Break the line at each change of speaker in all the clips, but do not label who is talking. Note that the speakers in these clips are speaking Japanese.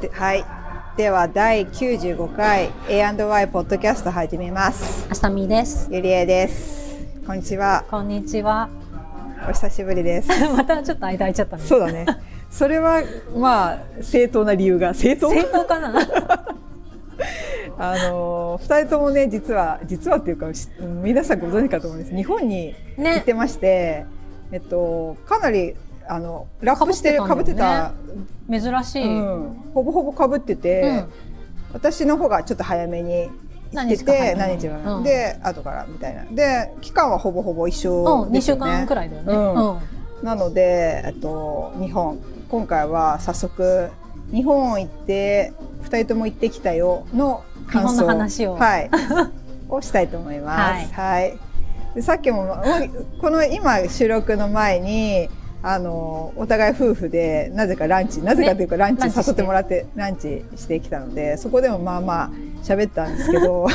ではい。では第95回 A&Y ポッドキャスト始めます。
あさみです。
ゆりえです。こんにちは。
こんにちは。
お久しぶりです。
またちょっと間空いちゃったね。
そうだね。それはまあ正当な理由が正当
正当か な。
あの2人ともね実は実はっていうかし皆さんご存知かと思うんです日本に行っ
ね。
てまして、えっと、かなりあのラップしてか
か
ぶ
ぶ
っ
ってて
た
た珍しい。
うん、ほぼほぼかぶってて、
うん
私の方がちょっと早めに行ってて何
何
日
日か早めに
か
うん
で後からみたいなで期間はほぼほぼ一緒
うん、
で
二
すよ
週
ね、
間くらいだよね。
うん
うん
なので、えっと、日本今回は早速日本行って2人とも行ってきたよの感想
日本の話を
はい、をしたいと思います。はいでさっきももうこの今収録の前にあのお互い夫婦でなぜかランチなぜかというかランチ
ランチして
誘ってもらってランチしてきたのでそこでもまあまあ喋ったんですけど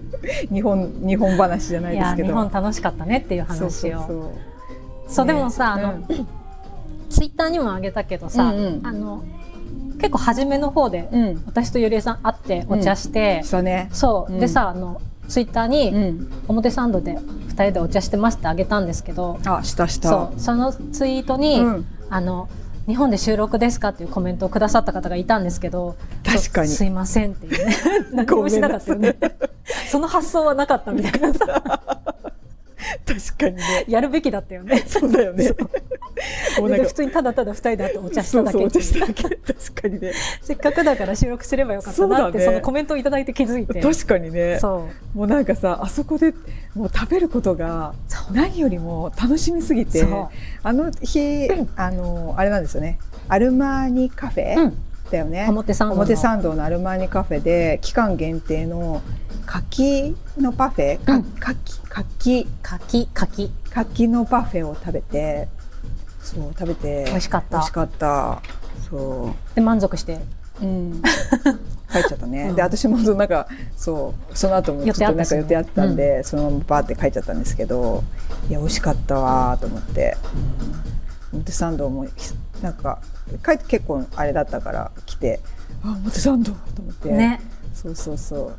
日本日本話じゃない
い
です
や
けど
日本楽しかったねっていう話をそう
そう
でもさ、
ね
あ
うん
の ツイッターにもあげたけどさ、
うんうん
あの結構初めの方で、
そううん
私とゆりえさん会ってお茶して、
そうね
そう、
うん
でさあのツイッターに、
うん
表参道で2人でお茶してますってあげたんですけど
あしたした
そうそのツイートに、
うん
あの「日本で収録ですか?」っていうコメントをくださった方がいたんですけど
確かに
そうすいません」って いうね何
ご
も
め
し
ん
な
な
か
さい
ったよね その発想はなかったみたいなさ
確かにね
やるべきだったよね
そうだよねもうなん
で
か
普通にただただ2人で会ってお茶しただけ
そうそうお
って
茶
いう
しただ け確かにね
せっかくだから収録すればよかったなって
そうだね
そ,、のコメントをいただいて気づいて
確かにね
そう
もうなんかさあそこでもう食べることが何よりも楽しみすぎて
そう
あの日あのあれなんですよねアルマーニカフェ、
うん
だよね
表参道の
表参道のアルマーニカフェで期間限定の柿のパフェ、か
うん
柿柿
柿柿
柿のパフェを食べてそう食べて
美味しかった
美味しかったそう
で満足して
うん、 帰っちゃったね、
うん
で私もそのなんかそうその後もちょっとなんか予
予
定
定
あ
あ
っ
ったたしね
んで、そのままバーって帰っちゃったんですけどいや美味しかったわーと思って、うん、表参道もひなんか帰って結構あれだったから来てあ表参道と思って、
ね
そうそうそうっ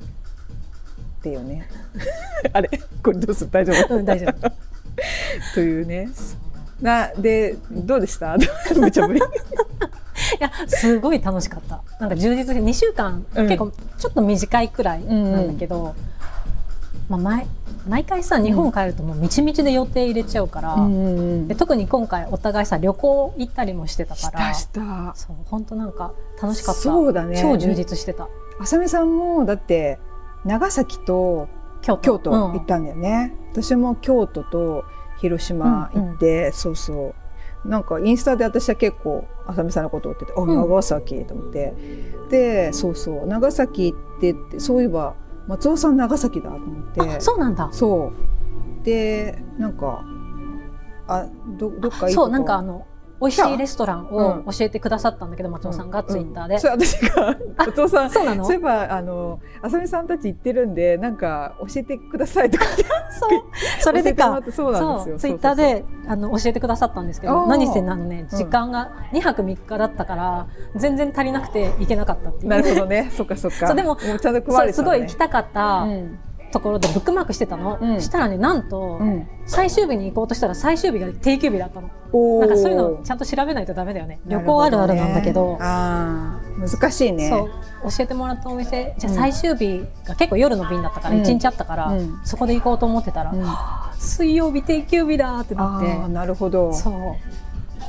ていうね あれこれどうする大丈夫
うん大丈夫
というねなでどうでした 無茶ぶり
いやすごい楽しかったなんか充実して2週間、
うん
結構ちょっと短いくらいなんだけど、まあ、毎毎回さ日本帰るともうみちみちで予定入れちゃうから、
うん
で特に今回お互いさ旅行行ったりもしてた
し
から
たした
そう本当なんか楽しかった
そうだね
超充実してた
浅見さんもだって長崎と
京都
京都
うん
行ったんだよね、私も京都と広島行って、そうそうなんかインスタで私は結構浅見さんのことを追ってて「あ
ん
長崎」と思って、でそうそう長崎行ってってそういえば松尾さん長崎だと思って
あそうなんだ
そうでなんかあどどっかいいとこ
そうなんかあの美味しいレストラン
う
を
ん
教えてくださったんだけど松尾さんがツイッターで、
うんそう私が松尾さん
そうなの
そうい
そ
え
う
ばあの浅見さんたち行ってるんでなんか教えてくださいとかって
それで
教えて
か
もらってそうなんです
そう
よ
ツイッターであの教えてくださったんですけ
お
ど
ー
何せあのね
うん
時間が2泊3日だったから全然足りなくて行けなかったっていう
なるほどね そっかそっか
そうでも
うちゃんと食わ
そう
れてた
す
の
ごい
ね
行きたかったところでブックマークしてたの、
うん
したらねなんと、
うん、うん、
最終日に行こうとしたら最終日が定休日だったの
おー
なんかそういうのちゃんと調べないとダメだよね旅行あるあるなんだけど
なるほねあー難しいね
そう教えてもらったお店じゃあ
うん
最終日が結構夜の便だったから
うん
1日あったから、
うん
そこで行こうと思ってたら、
うん
はあ水曜日定休日だってな
あー
っ
なるほど
てそう行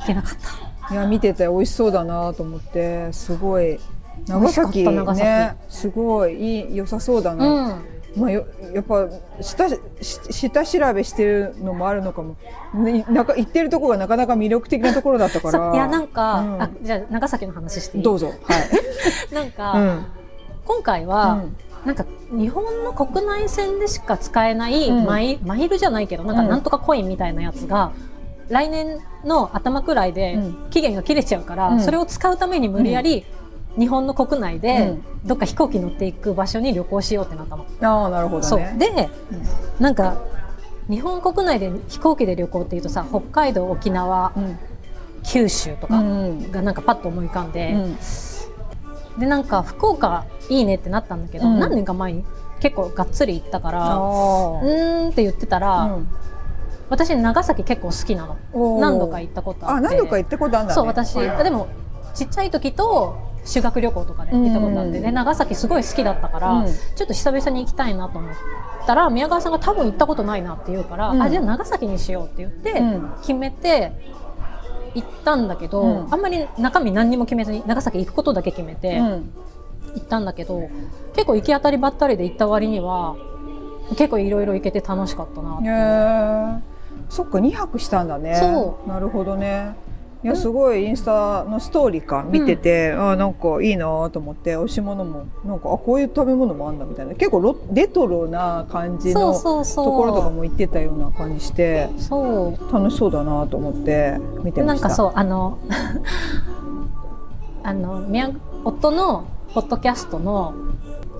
けなかった。
いや見てて美味しそうだなと思ってすごい長崎
美味しかった長崎
ねすごいいい良さそうだな、
うん
まあ、よやっぱ下し下調べしてるのもあるのかも、ね、なんか行ってるとこがなかなか魅力的なところだったか
そ
ら
ういやなんか、
うん
あじゃあ長崎の話していい
どうぞはい、
なんか、
うん
今回
う
は、
ん
なんか日本の国内線でしか使えない
うん
マイ,、マイルじゃないけどなんか
うん
なんとかコインみたいなやつが、来年の頭くらいで
う
期限が切れちゃうから、
うん
それを使うために無理やり、日本の国内
う
で
ん
どっか飛行機乗っていく場所に旅行しようってなったの。
ああなるほど
そう
ね
でなんか日本国内で飛行機で旅行っていうとさ北海道沖縄、
うん
九州と
う
か
ん
がなんかパッと思い浮かんで、
うん
でなんか福岡いいねってなったんだけど、
うん
何年か前に結構がっつり行ったからう
あ
ーんって言ってたら、
ー
私長崎結構好きなの
おー
何度か行ったことあって
あ何度か行ったことあるんだね
そう私あでもちっちゃい時と修学旅行とかで行ったことあって、
うん
で長崎すごい好きだったから、
うん
ちょっと久々に行きたいなと思ったら宮川さんが多分行ったことないなって言うから、
うん
あじゃあ長崎にしようって言って、
うん
決めて行ったんだけど、
うん
あんまり中身何にも決めずに長崎行くことだけ決めて行
うん
ったんだけど、結構行き当たりばったりで行った割には結構いろいろ行けて楽しかったなって
へ
いう
えそっか2泊したんだね
そ
なるほどねいうや
ん
すごいインスタのストーリーか見てて、あなんかいいなと思って美味しいものもなんかあこういう食べ物もあんだみたいな結構ロレトロな感じ
そう
の
そうそう
ところとかも行ってたような感じして
そう
楽しそうだなと思って見て
な
ま
ん
した
かそうあの あの宮夫のポッドキャストの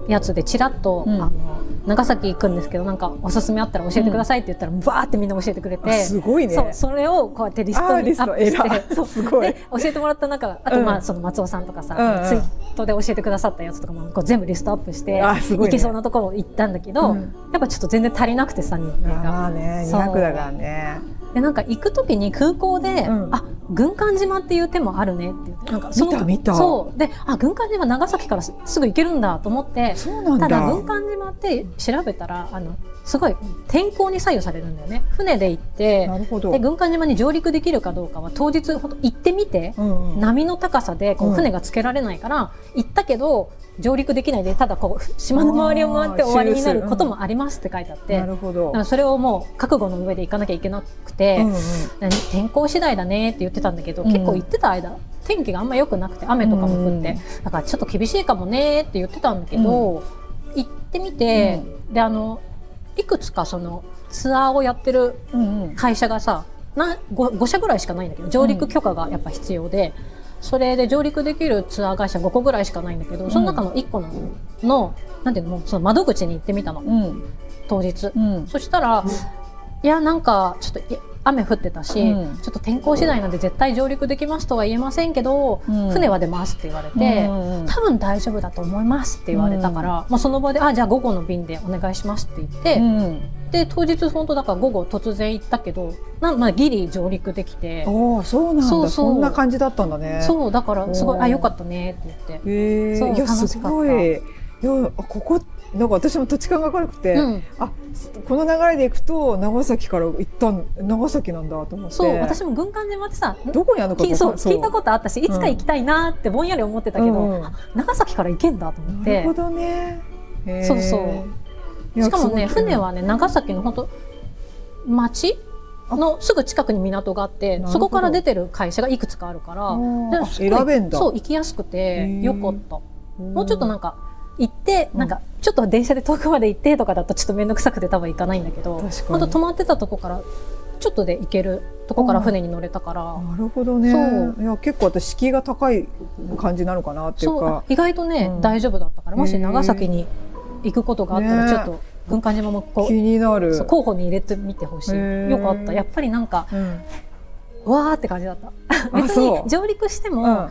やつでちらっと、
うん
あの長崎行くんですけどなんかおすすめあったら教えてくださいって言ったら、バーってみんな教えてくれ
あ
て、
すごいね
そうそれをこうやってリス
あ
ト
ー
に
リ
ア
ス
ッ
ト
プし
偉
て
い
そう
すごい
で教えてもらった中あとま
う
あ
ん
その松尾さんとかさ、
うんうん
ツイートで教えてくださったやつとかもこう全部リストアップして、
あすごいね
行けそうなところ行ったんだけど、
うん
やっぱちょっと全然足りなくてさ日程が。
まあね2
そう
泊だからね
でなんか行く時に空港で「
うん
あ軍艦島っていう手もあるね」って言ってなんかその
見た見た
そうであ軍艦島長崎からすすぐ行けるんだと思って
そうなんだ
ただ軍艦島って調べたらあのすごい天候に左右されるんだよね船で行って
なるほど
で軍艦島に上陸できるかどうかは当日ほんと行ってみて、
うんうん
波の高さでこ
う
うん船がつけられないから、行ったけど上陸できないでただこう島の周りを回って終わりになることもありますって書いてあって、
なるほど
だからそれをもう覚悟の上で行かなきゃいけなくて。
うんうん
何天候次第だねって言ってたんだけど、
うん
結構行ってた間天気があんま良くなくて雨とかも降って、だからちょっと厳しいかもねって言ってたんだけど、行ってみて、であのいくつかそのツアーをやってる
うんうん
会社がさな 5, 社ぐらいしかないんだけど上陸許可がやっぱ必要で、それで上陸できるツアー会社5個ぐらいしかないんだけどその中の1個の,、のなんていうのもうその窓口に行ってみたの
うん
当日。
うん
そしたら、いやなんかちょっとい雨降ってたし、
うん
ちょっと天候次第なんで絶対上陸できますとは言えませんけど、
うん
船は出ますって言われて、
うんうん
多分大丈夫だと思いますって言われたから、まあ、その場で「あじゃあ午後の便でお願いします」って言って、
うん
で当日本当だから午後突然行ったけどな、まあ、ギリ上陸できて
おおそうなんだ
そうそう
そんな感じだったんだねう
そうだからすご
お
い「
ー
あよかったね」って言って。
へえ
そう
いや
楽
す
しかった
ごいいやここなんか私も土地勘が軽くて、
うん、
あこの流れで行くと長崎から行ったん長崎なんだと思って
そう私も軍艦島ってさ
どこにあるのか
きそう聞いた
と
ことあったしいつか行きたいなってぼんやり思ってたけど、
うん
あ長崎から行けんだと思っ
なる
て
ほどねへー
そうそう
いや
しかもね
すごい
船はね長崎の本当町のすぐ近くに港があっ
な
て
るほど
そこから出てる会社がいくつかあるから
うん
で
あ
すごい
選べんだ
そう行きやすくて
ー
よかったもうちょっとなんんか行って
うん
なんかちょっと電車で遠くまで行ってとかだとちょっと面倒くさくて多分行かないんだけど
確かに
ほんと泊まってたとこからちょっとで行けるとこから船に乗れたから
なるほどね
そう
いや結構私敷居が高い感じなのかなってい
そううあ
か
意外とね
うん
大丈夫だったからもし長崎に行くことがあったら
ね
ちょっと軍艦島もこ
気
う
になる
そう候補に入れてみてほし
へー
いよかったやっぱりなんか
うん
わーって感じだった
あ
別に
そう
上陸しても、
うん
本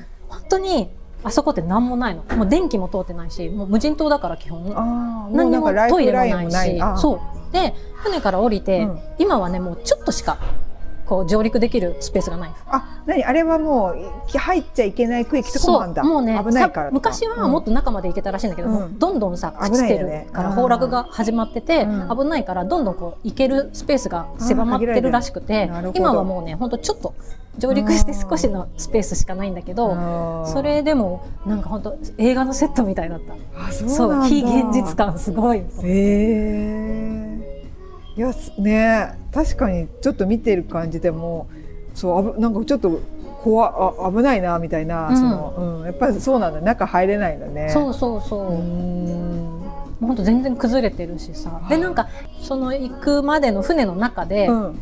当にあそこって何もないのもう電気も通ってないしもう無人島だから基本
ああ、もう
何に
なん
も
かライ
トイ
フ
レも
ライン
な
も
い
ない。
しそうで船から降りて、
うん
今はねもうちょっとしかこう上陸できるスペースがない
あ、何あれはもう入っちゃいけない区域とかもあんだ。
もうね
危ないからと
さ
か。
昔はもっと中まで行けたらしいんだけど、
うん
もうどんどんさ
危
朽ち
ない
て
よね
るから
うん
崩落が始まってて、
うん
危ないからどんどんこう行けるスペースが狭まってるらしく
あー限られて
て
るなるほど
今はもうねほんとちょっと上陸して少しのスペースしかないんだけど、
うん
それでもなんか本当映画のセットみたいだった
あ
そう
そうなんだ
非現実。感すごい
へえ。いやすね確かにちょっと見てる感じでもそうあぶなんかちょっと怖あ危ないなみたいな、
うん
そのうんやっぱりそうなんだ中入れないんだね。
そうそうそう、
うー
も
ん。
う本当全然崩れてるしさでなんかその行くまでの船の中で、
うん。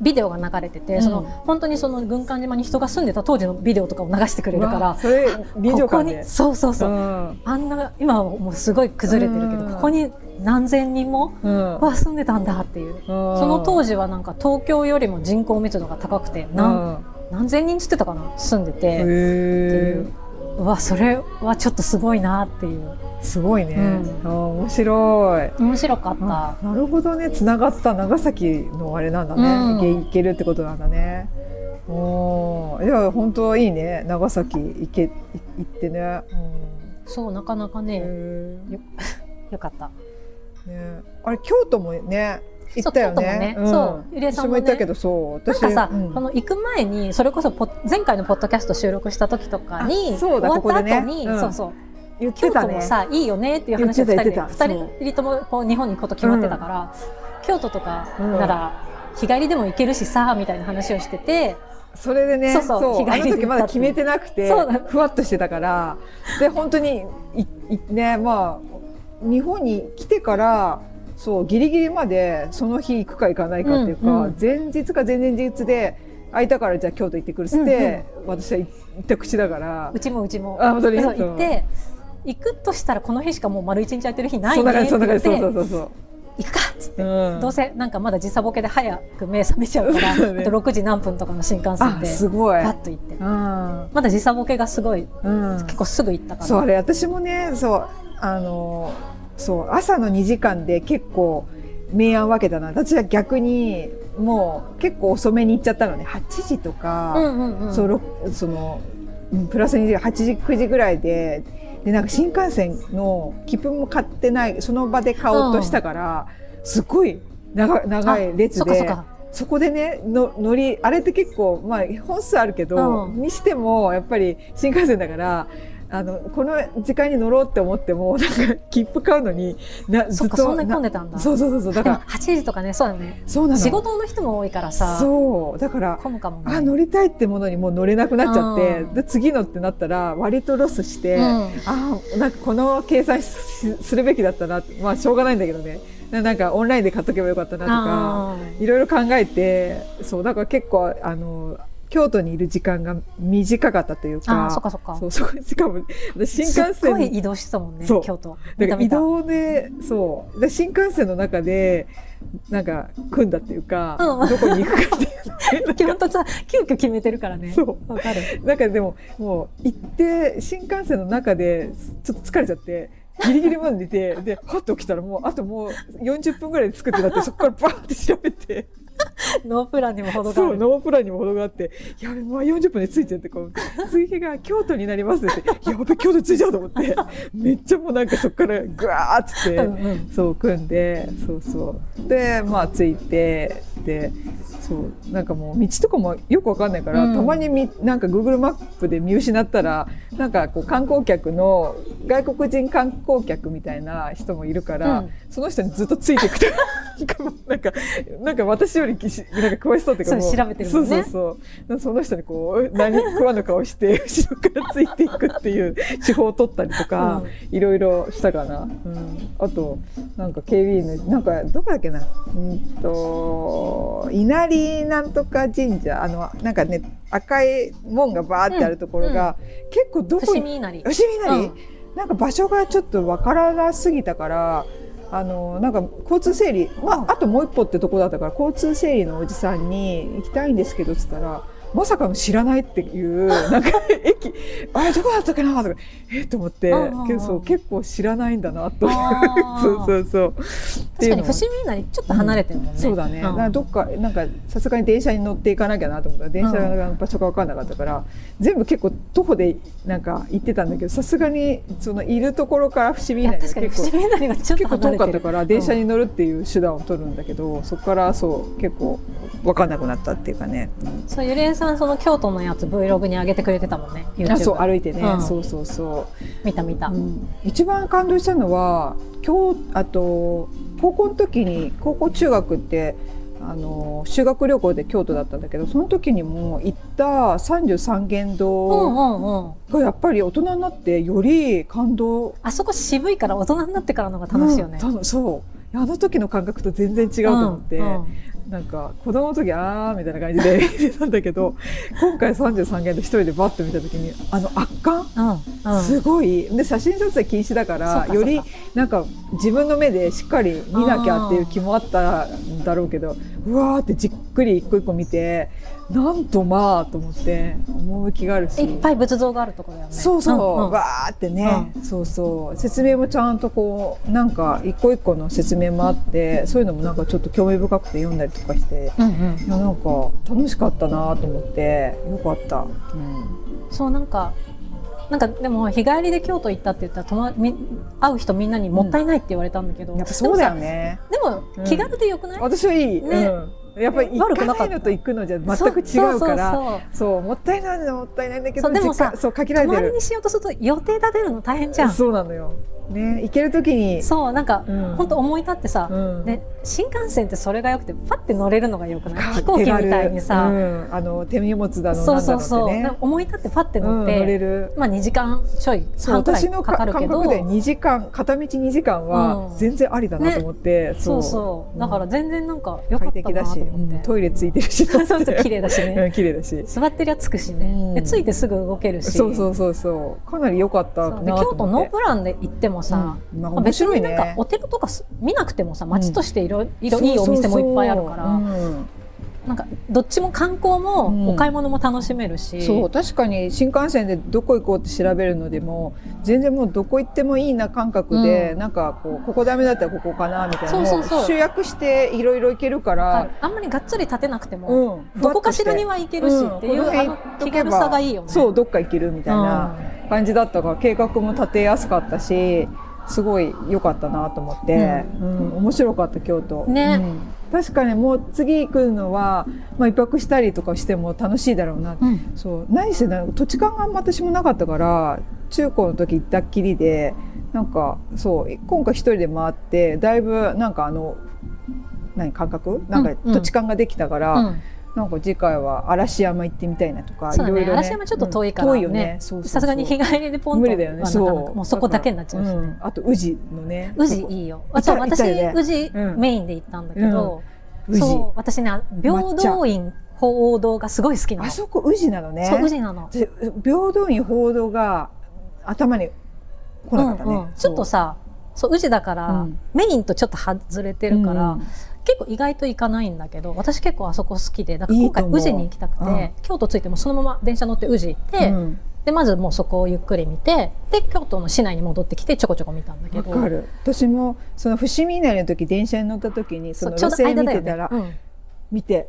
ビデオが流れてて、
うん
その本当にその軍艦島に人が住んでた当時のビデオとかを流してくれるか
うわ
ら
それ臨場
ここ
感
に
で
そうそうそう、
うん
あんな今はもうすごい崩れてるけど、
うん
ここに何千人も
うん
は住んでたんだっていう。そ
そ
の当
時
時はなんか東京よりも人口密度が高くて何,、何千人っつってたかな住んでて
へ
ってい
え
ううわそれはちょっとすごいなっていう
すごいね、
うん
あー面白い
面白かった、
あなるほどねつながった長崎のあれなんだね、
うん
いけいけるってことなんだねおーいや本当いいね長崎行けい行ってね、
そうなかなか
うん
ね、
へ
よよかった
ーねあれ京都もね行ったよね
そう京都もねそうゆりえさ
私
んも
も
ね
行ったけどそう
なん
私
かさ、
うん
この行く前にそれこそポッ前回のポッドキャスト収録した時とかに
あそうだ
終わった後
ここで
に
ねうん
そうそう
言って
京
た
都
ね
もさ、いいよねっていう話を
言
2
って
人
た
で
言ってた
2人ともこう日本に行くこと決まってたから、京都とかなら日帰りでも行けるしさみたいな話をしてて、
それでね
そうそう日
あ
帰
の
りで
時まだ決めてなくて
そうなの
ふわっとしてたからで本当にいいねまあ日本に来てからそうギリギリまでその日行くか行かないかっていうか、
うんうん
前日か前々日で空いたからじゃあ京都行ってくるっつって、私は行った口だから
うちもうちも
あ本当に
そう
そう
行って行くとしたらこの日しかもう丸一日空いてる日ない
そん
ね
な
っ
感じ
て
そんな
言
感
っ
じそうそうそ
て
うそう
行くかっつって。
うん
どうせなんかまだ時差ボケで早く目覚めちゃうから、あと
そうね
6時何分とかの新幹線
あ
です
ごい
パッと行って
うん
まだ時差ボケがすごい
うん
結構すぐ行ったから
そうあれ私もねそうあのそう朝の2時間で結構明暗分けたな私は逆にもう結構遅めに行っちゃったのね8時と
う
か、
んうんうん
そうろくそのうんプラス2時8時9時ぐらいででなんか新幹線の切符も買ってないその場で買おうとしたから、すごい長い長い列で
そっかそっか
そこでねの乗りあれって結構まあ本数あるけど、
うん
にしてもやっぱり新幹線だからあのこの時間に乗ろうって思っても なんか切符買うのにな
そっかそんなに混ん
で
でたんだ
そうそうそうそうだか
で
ら
も8時とかねそうだね
そうなの
仕事の人も多いからさ
そうだから
混むかもね
あ乗りたいってものにもう乗れなくなっちゃって、
うん
で次のってなったら割とロスして、あ
うん
あーなんかこの計算しするべきだったなってまあしょうがないんだけどねななんかオンラインで買っとけばよかったなとか。
あ
いろいろ考えてそうだから結構あの京都にいる時間が短かったという
ー
か
あーそっかそっか
そうそこしかも私新
すっ
幹
ごい
線
移動してたもんね
そう
京都
だから移
うん
動でそうで新幹線の中でなんか組んだっていうか、
うん
どこに行くかっていう
基本とさ急遽決めてるからね
そう
わかる
なんかでももう行って新幹線の中でちょっと疲れちゃってギリギリまで寝てでハッと起きたらもうあともう40分ぐらいで作ってなってそこからバーって調べて。
ノープランにも程があ
そう
る
ノープランにも程があって「やべもう40分で着いちゃってこう次が京都になります」って「やべ京都着いちゃう」と思ってめっちゃもうなんかそこからグワーっつっ
うん
て
うん
そう組んでそうそうでまあ着いてでそうなんかもう道とかもよくわかんないから、
うん
たまにみなんか Google マップで見失ったらなんかこう観光客の外国人観光客みたいな人もいるから、
うん
その人にずっとついていくとなんかもう なんかなんか私よりきしなんか詳しそうっていうか
そう
も
調べてるもんね
そうそうそうなんかその人にこう何食わぬ顔して後ろからついていくっていう手法を取ったりとか。
うん
いろいろしたかな、うん、あとなんか警備員のなんかどこだっけなうんと稲荷なんとか神社あのなんかね赤い門がバーってあるところが、結構どこ
伏
に
見稲荷
伏見稲荷、
うん
なんか場所がちょっとわからなすぎたからあのなんか交通整理、まあ、あともう一歩ってとこだったから交通整理のおじさんに行きたいんですけどっつったらまさかの知らないって いうなんか駅あれどこだったかなとかえっと思って
うんうんうん
けどそう結構知らないんだなと
あー
そうそうそうってい
確
う
かに
のも
伏見稲荷ちょっと離れてるもんね
そうだね、
ん
だからどっかなんかさすがに電車に乗っていかなきゃなと思ったら電車の場所が分かんなかったから、全部結構徒歩でなんか行ってたんだけどさすがにそのいるところから伏見
い
稲
や
荷が
確かに
結構
伏見稲荷がちょっと
結構
離
遠
れ
か
て
っ
る
たから電車に乗るっていう手段を取るんだけど、そこからそう結構分かんなくなったっていうかね、
そうゆりえさんその京都のやつ Vlog に上げてくれてたもんね YouTube
あそう歩いてね、
うん
そうそうそう
見た見た、
うん一番感動したのは今日あと高校の時に高校中学ってあの修学旅行で京都だったんだけどその時にも行った三十三間
うん
堂
うんうん
がやっぱり大人になってより感動
あそこ渋いから大人になってからのが楽しいよね、
うんたのそうあの時の感覚と全然違うと思って、
うんうん
なんか子供の時あーみたいな感じで 見てたんだけど今回33軒で一人でバッと見た時にあの圧巻
うんうん
すごいで写真撮影禁止だか
そうからそうか
よりなんか自分の目でしっかり見なきゃっていう気もあったんだろうけどうわーってじっくり一個一個見てなんとまあと思って趣があるし
いっぱい仏像があるところだよね
そうそう、
んん
わーってね、そうそう説明もちゃんとこうなんか一個一個の説明もあってそういうのもなんかちょっと興味深くて読んだりとかして
うんうん
いやなんか楽しかったなと思ってよかった、うん、
そうなんかなんかでも日帰りで京都行ったって言ったら友達み会う人みんなにもったいないって言われたんだけど、
やっぱそうだよね
でもさでも気軽でよくない、
私はいい、
ね
うん、やっぱり行
悪く
か
なか
ない
った
のと行くのじゃ全く違うから
そ
そうう
そうそう
もったいないのはもったいないんだけ
そ
ど
うでもさ
時間そう限ら
泊
れて
まり
る
にしようとすると予定立てるの大変じゃんそ
そうなのよね行ける時に
うなんか、
うん
本当思い立ってさ、
うん
で新幹線ってそれがよくてパッて乗れるのがよくない
か
飛行機みたいにさ、
手軽うんあの手荷物だの
そうそうそう、
なんだのって
でも
ね
思い立ってパッて乗
う
っ
ん、乗れ
て、
る
まあ2時間ちょい
そう
半くらい
私の
かか
か
るけ
感
ど
覚で2時間片道2時間
う
は
ん
全然ありだなと思って、
そうそうだから全然なんか良か
快
った
適
な
だ
と
し、
思 って、
うんトイレついてるし
そうそう綺麗だしね
うん綺麗だし
座ってりゃつくしね、
うん
でついてすぐ動けるし
そうそうそうそうかなり良かった
そうで
なと
京
思
都
っ
ノー
て
プランで行ってもさ、
うんまあ
まあ
面
別
白
に
い
なん
ね
かお寺とかす見なくてもさ街としていろいろいいお店もいっぱいあるから、
そうそうそううん
なんかどっちも観光
うん
もお買い物も楽しめるし、
そう確かに新幹線でどこ行こうって調べるのでも全然もうどこ行ってもいいな感覚で、
うん
なんかこうここダメだったらここかなみたいな
そうそうそう
も集約していろいろ行けるから、
あんまりがっつり立てなくても、
うん、
どこかしらに
は
は行けるしっていう、あの気軽さがいいよね。
そうどっか行けるみたいな感じだったから、計画も立てやすかったしすごい良かったなと思って、うん面白かった京都、
ね
うん確かにもう次行くのは、まあ、一泊したりとかしても楽しいだろうなって
うん、うん
そう何せな土地勘が私もなかったから中高の時行ったっきりでなんかそう今回一人で回ってだいぶなんかあの何感覚なんか
うん
土地勘ができたから、
うん
なんか次回は嵐山行ってみたいなとか
そうだ
いろ
ね
いろ
嵐山ちょっと遠いから
う
ね
ん遠いよねそうそうそう
さすがに日帰りでポンと
無理だよね
はな
そ
か
う
なかもうそこだけになっちゃうし、ね
んあと宇治のね
宇治いいよ
い
私
たい
私
たよね
宇治
うん
メインで行ったんだけど、
宇治
そう私ね平等院鳳凰堂がすごい好きな
あ
の
そこ宇治なのね
そう宇治なの、
私平等院報道が頭に来なかったね、
うんうんちょっとさそう宇治だから、
うん
メインとちょっと外れて
て
るから、結構意外と行かないんだけど私結構あそこ好きでだから今回
いいと思う
宇治に行きたくて
うん
京都着いてもうそのまま電車乗って宇治行って、でまずもうそこをゆっくり見てで京都の市内に戻ってきてちょこちょこ見たんだけ
わ
ど
かる私もその伏見稲荷の時電車に乗った時にそ
そう
の
ちょう
路
ど
線
間
見
だよ
て
ね
たら、
うん
見て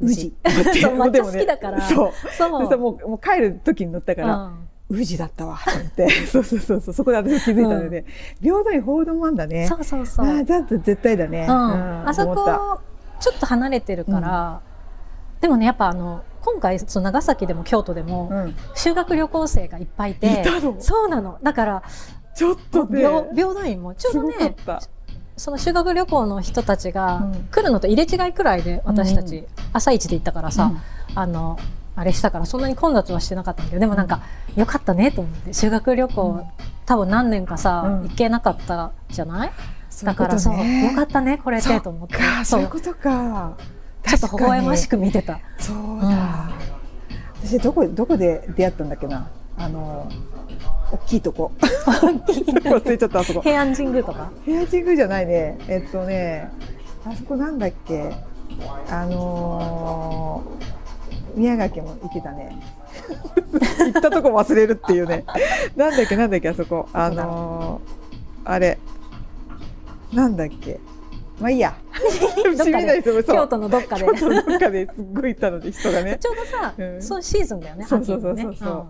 宇
宇
治
治って
そう 抹
で
茶
も
好
ね
きだから
そう
そう
でさもうもう帰る時に乗ったから、
うん
宇治だったわと思って そうそうそうそうそこで私気づいたので、平等に報道もあんだね
そうそうそう、
ああだって絶対だね、
うん、あそ
と思った
こちょっと離れてるから、でもねやっぱあの今回その長崎でも京都でも
うん、
修学旅行生がいっぱいいて、
いたの
そうなのだから
ちょっとね
平平等院もちょう
す
ど
ごかっ
ね
た、
その修学旅行の人たち
う
が
ん
来るのと入れ違いくらいで私た
う
ち朝一で行ったからさ、あのあれしたからそんなに混雑はしてなかったんだけどでもなんかよかったねと思って修学旅行、
うん
多分何年かさ、
うん
行けなかったじゃない
そうい
だ
うこ
か
とね
らそうよかったねこれでと思って
かそういうことか
ちょっと微笑まし
く
く見てた。
そうだ、私どこどこで出会ったんだっけなあの大きいとこ 忘れちゃったあそこ
平安神宮とか。
平安神宮じゃないねえっとねあそこなんだっけあのー宮垣も行けたね 行ったとこ忘れるっていうねなんだっけなんだっけあそこあのーあれなんだっけまあいい や
どっ
伏
か
見ない
で
人もそう
京都のどっかで。
京都の中ですっごい行ったので人がね
ちょうどさ
う、ん
そうシーズンだよね。
そうそうそう
秋のね
そうそうこ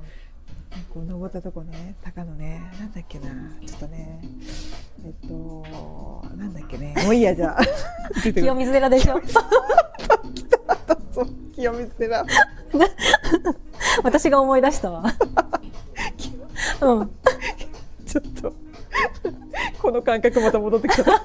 う登ったとこね高野ねなんだっけなちょっとねえっとなんだっけねもういいやじゃあ出
うん
てこ
清
な
水寺 でしょ。
かったそう清水寺
私が思い出したわ。うん。
ちょっとこの感覚また戻ってきた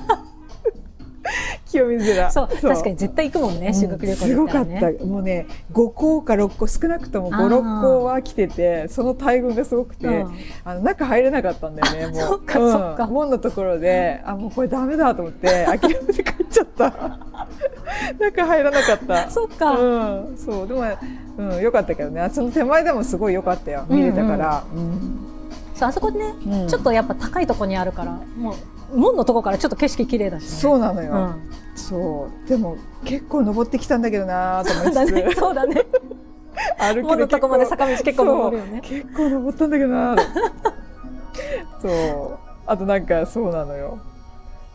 清水寺
そう確かに絶対行くもんね、修学旅行
すご
だ
か
ら
っ
ね
たもうね5校か6校少なくとも56校は来ててその大群がすごくて、
うん
あの中入れなかったんだよねもう
そっかそっか
うん門のところであもうこれダメだと思って諦めて帰っちゃった 中入らなかった
そっか、
うん、そうでも、うん、よかったけどねその手前でもすごい良かったよ見れたから、
そうあそこね、
うん
ちょっとやっぱ高いとこにあるからもう門のとこからちょっと景色綺麗だし、ね、
そうなの
う
よ、
ん
そうでも結構登ってきたんだけどなと思
そう
い
だ
つつ、
ねそ うだね
歩き
門のとこまで坂道結構登るよね
そう結構登ったんだけど なそうあとなんかそうなのよ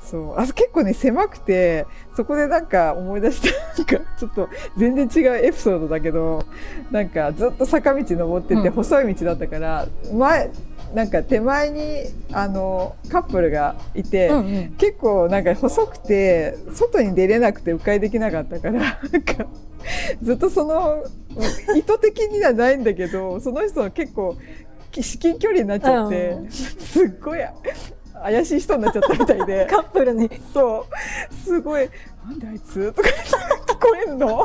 そうあそ結構ね狭くてそこでなんか思い出したなんかちょっと全然違うエピソードだけどなんかずっと坂道登ってて、
うん
細い道だったから前なんか手前にあのカップルがいて、
うんうん
結構なんか細くて外に出れなくて迂回できなかったからなんかずっとその意図的にはないんだけどその人は結構至近距離になっちゃって、
う
すっごい怪しい人になっちゃったみたいで
カップルに
そうすごい「なんであいつ?」とか聞こえんの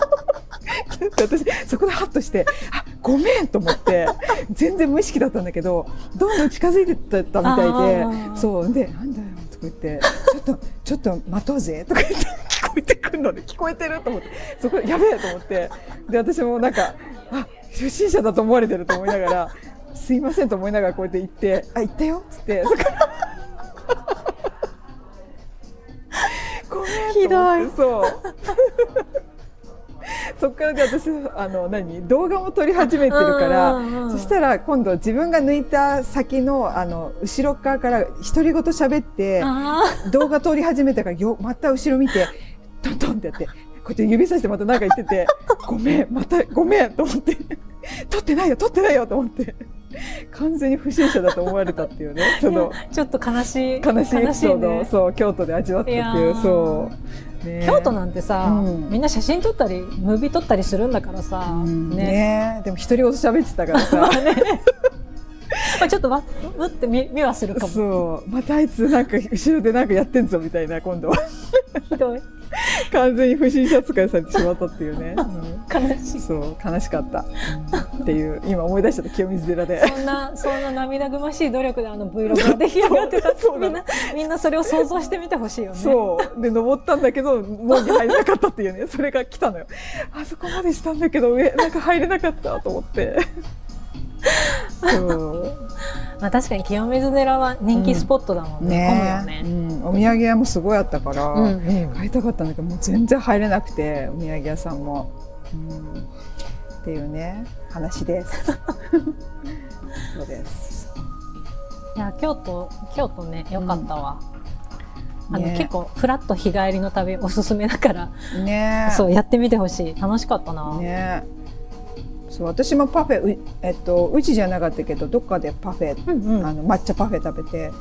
私そこでハッとして「あごめん」と思って全然無意識だったんだけどどんどん近づいてったみた
あ
い
ー
でそうで「なんだよ」とか言って「ちょっとちょっと待とうぜ」とか言って聞こえてくるので聞こえてると思ってそこやべえと思ってで私もなんか「あ初心者だと思われてる」と思いながら「すいません」と思いながらこうやって行って「あ行ったよ」っつってそこ からごめんと思ってそうそっからで私あの何動画も撮り始めてるから
うんうんうん
そしたら今度自分が抜いた先のあの後ろ側から独り言喋って
あー
動画撮り始めたからよまた後ろ見てトントンってやってこうやって指さしてまた何か言って てごめんまたごめんと思って撮ってないよ撮ってないよと思って完全に不審者だと思われたっていうね その
ちょっと悲し
悲しいエ
い
ピソードを、
悲しいね
そう京都で味わったってい
いや
う
ー
そう、ね
京都なんてさ、
うん
みんな写真撮ったりムービー撮ったりするんだからさ、
うんね
ね
でも独り言喋ってたから さ
まあちょっとわうって見見はするかも
そうまたあいつなんか後ろでなんかやってんぞみたいな今度は
ひどい
完全に不審者扱いされてしまったっていう ね、うん
悲しい
そう悲しかったっていう今思い出しちゃった清水寺で
そんなそんな涙ぐましい努力であの Vlog が出来上がってた
そうそう
みんなみんなそれを想像してみてほしいよね
そうで登ったんだけど門に入れなかったっていうねそれが来たのよあそこまでしたんだけど上なんか入れなかったと思ってそう
まあ確かに清水寺は人気スポットだもんね,、混むよ
う
ね、
ん、お土産屋もすごいあったから、
うん
買いたかったんだけどもう全然入れなくてお土産屋さんも、うん、っていうね話です そうです
いや京都京都ねよかったわ、あの
ね
結構フラッと日帰りの旅おすすめだから、
ね
そうやってみてほしい楽しかったな、
ねそう私もパフェう,、えっと、うちじゃなかったけどどっかでパフェ、
うんうん
あの抹茶パフェ食べて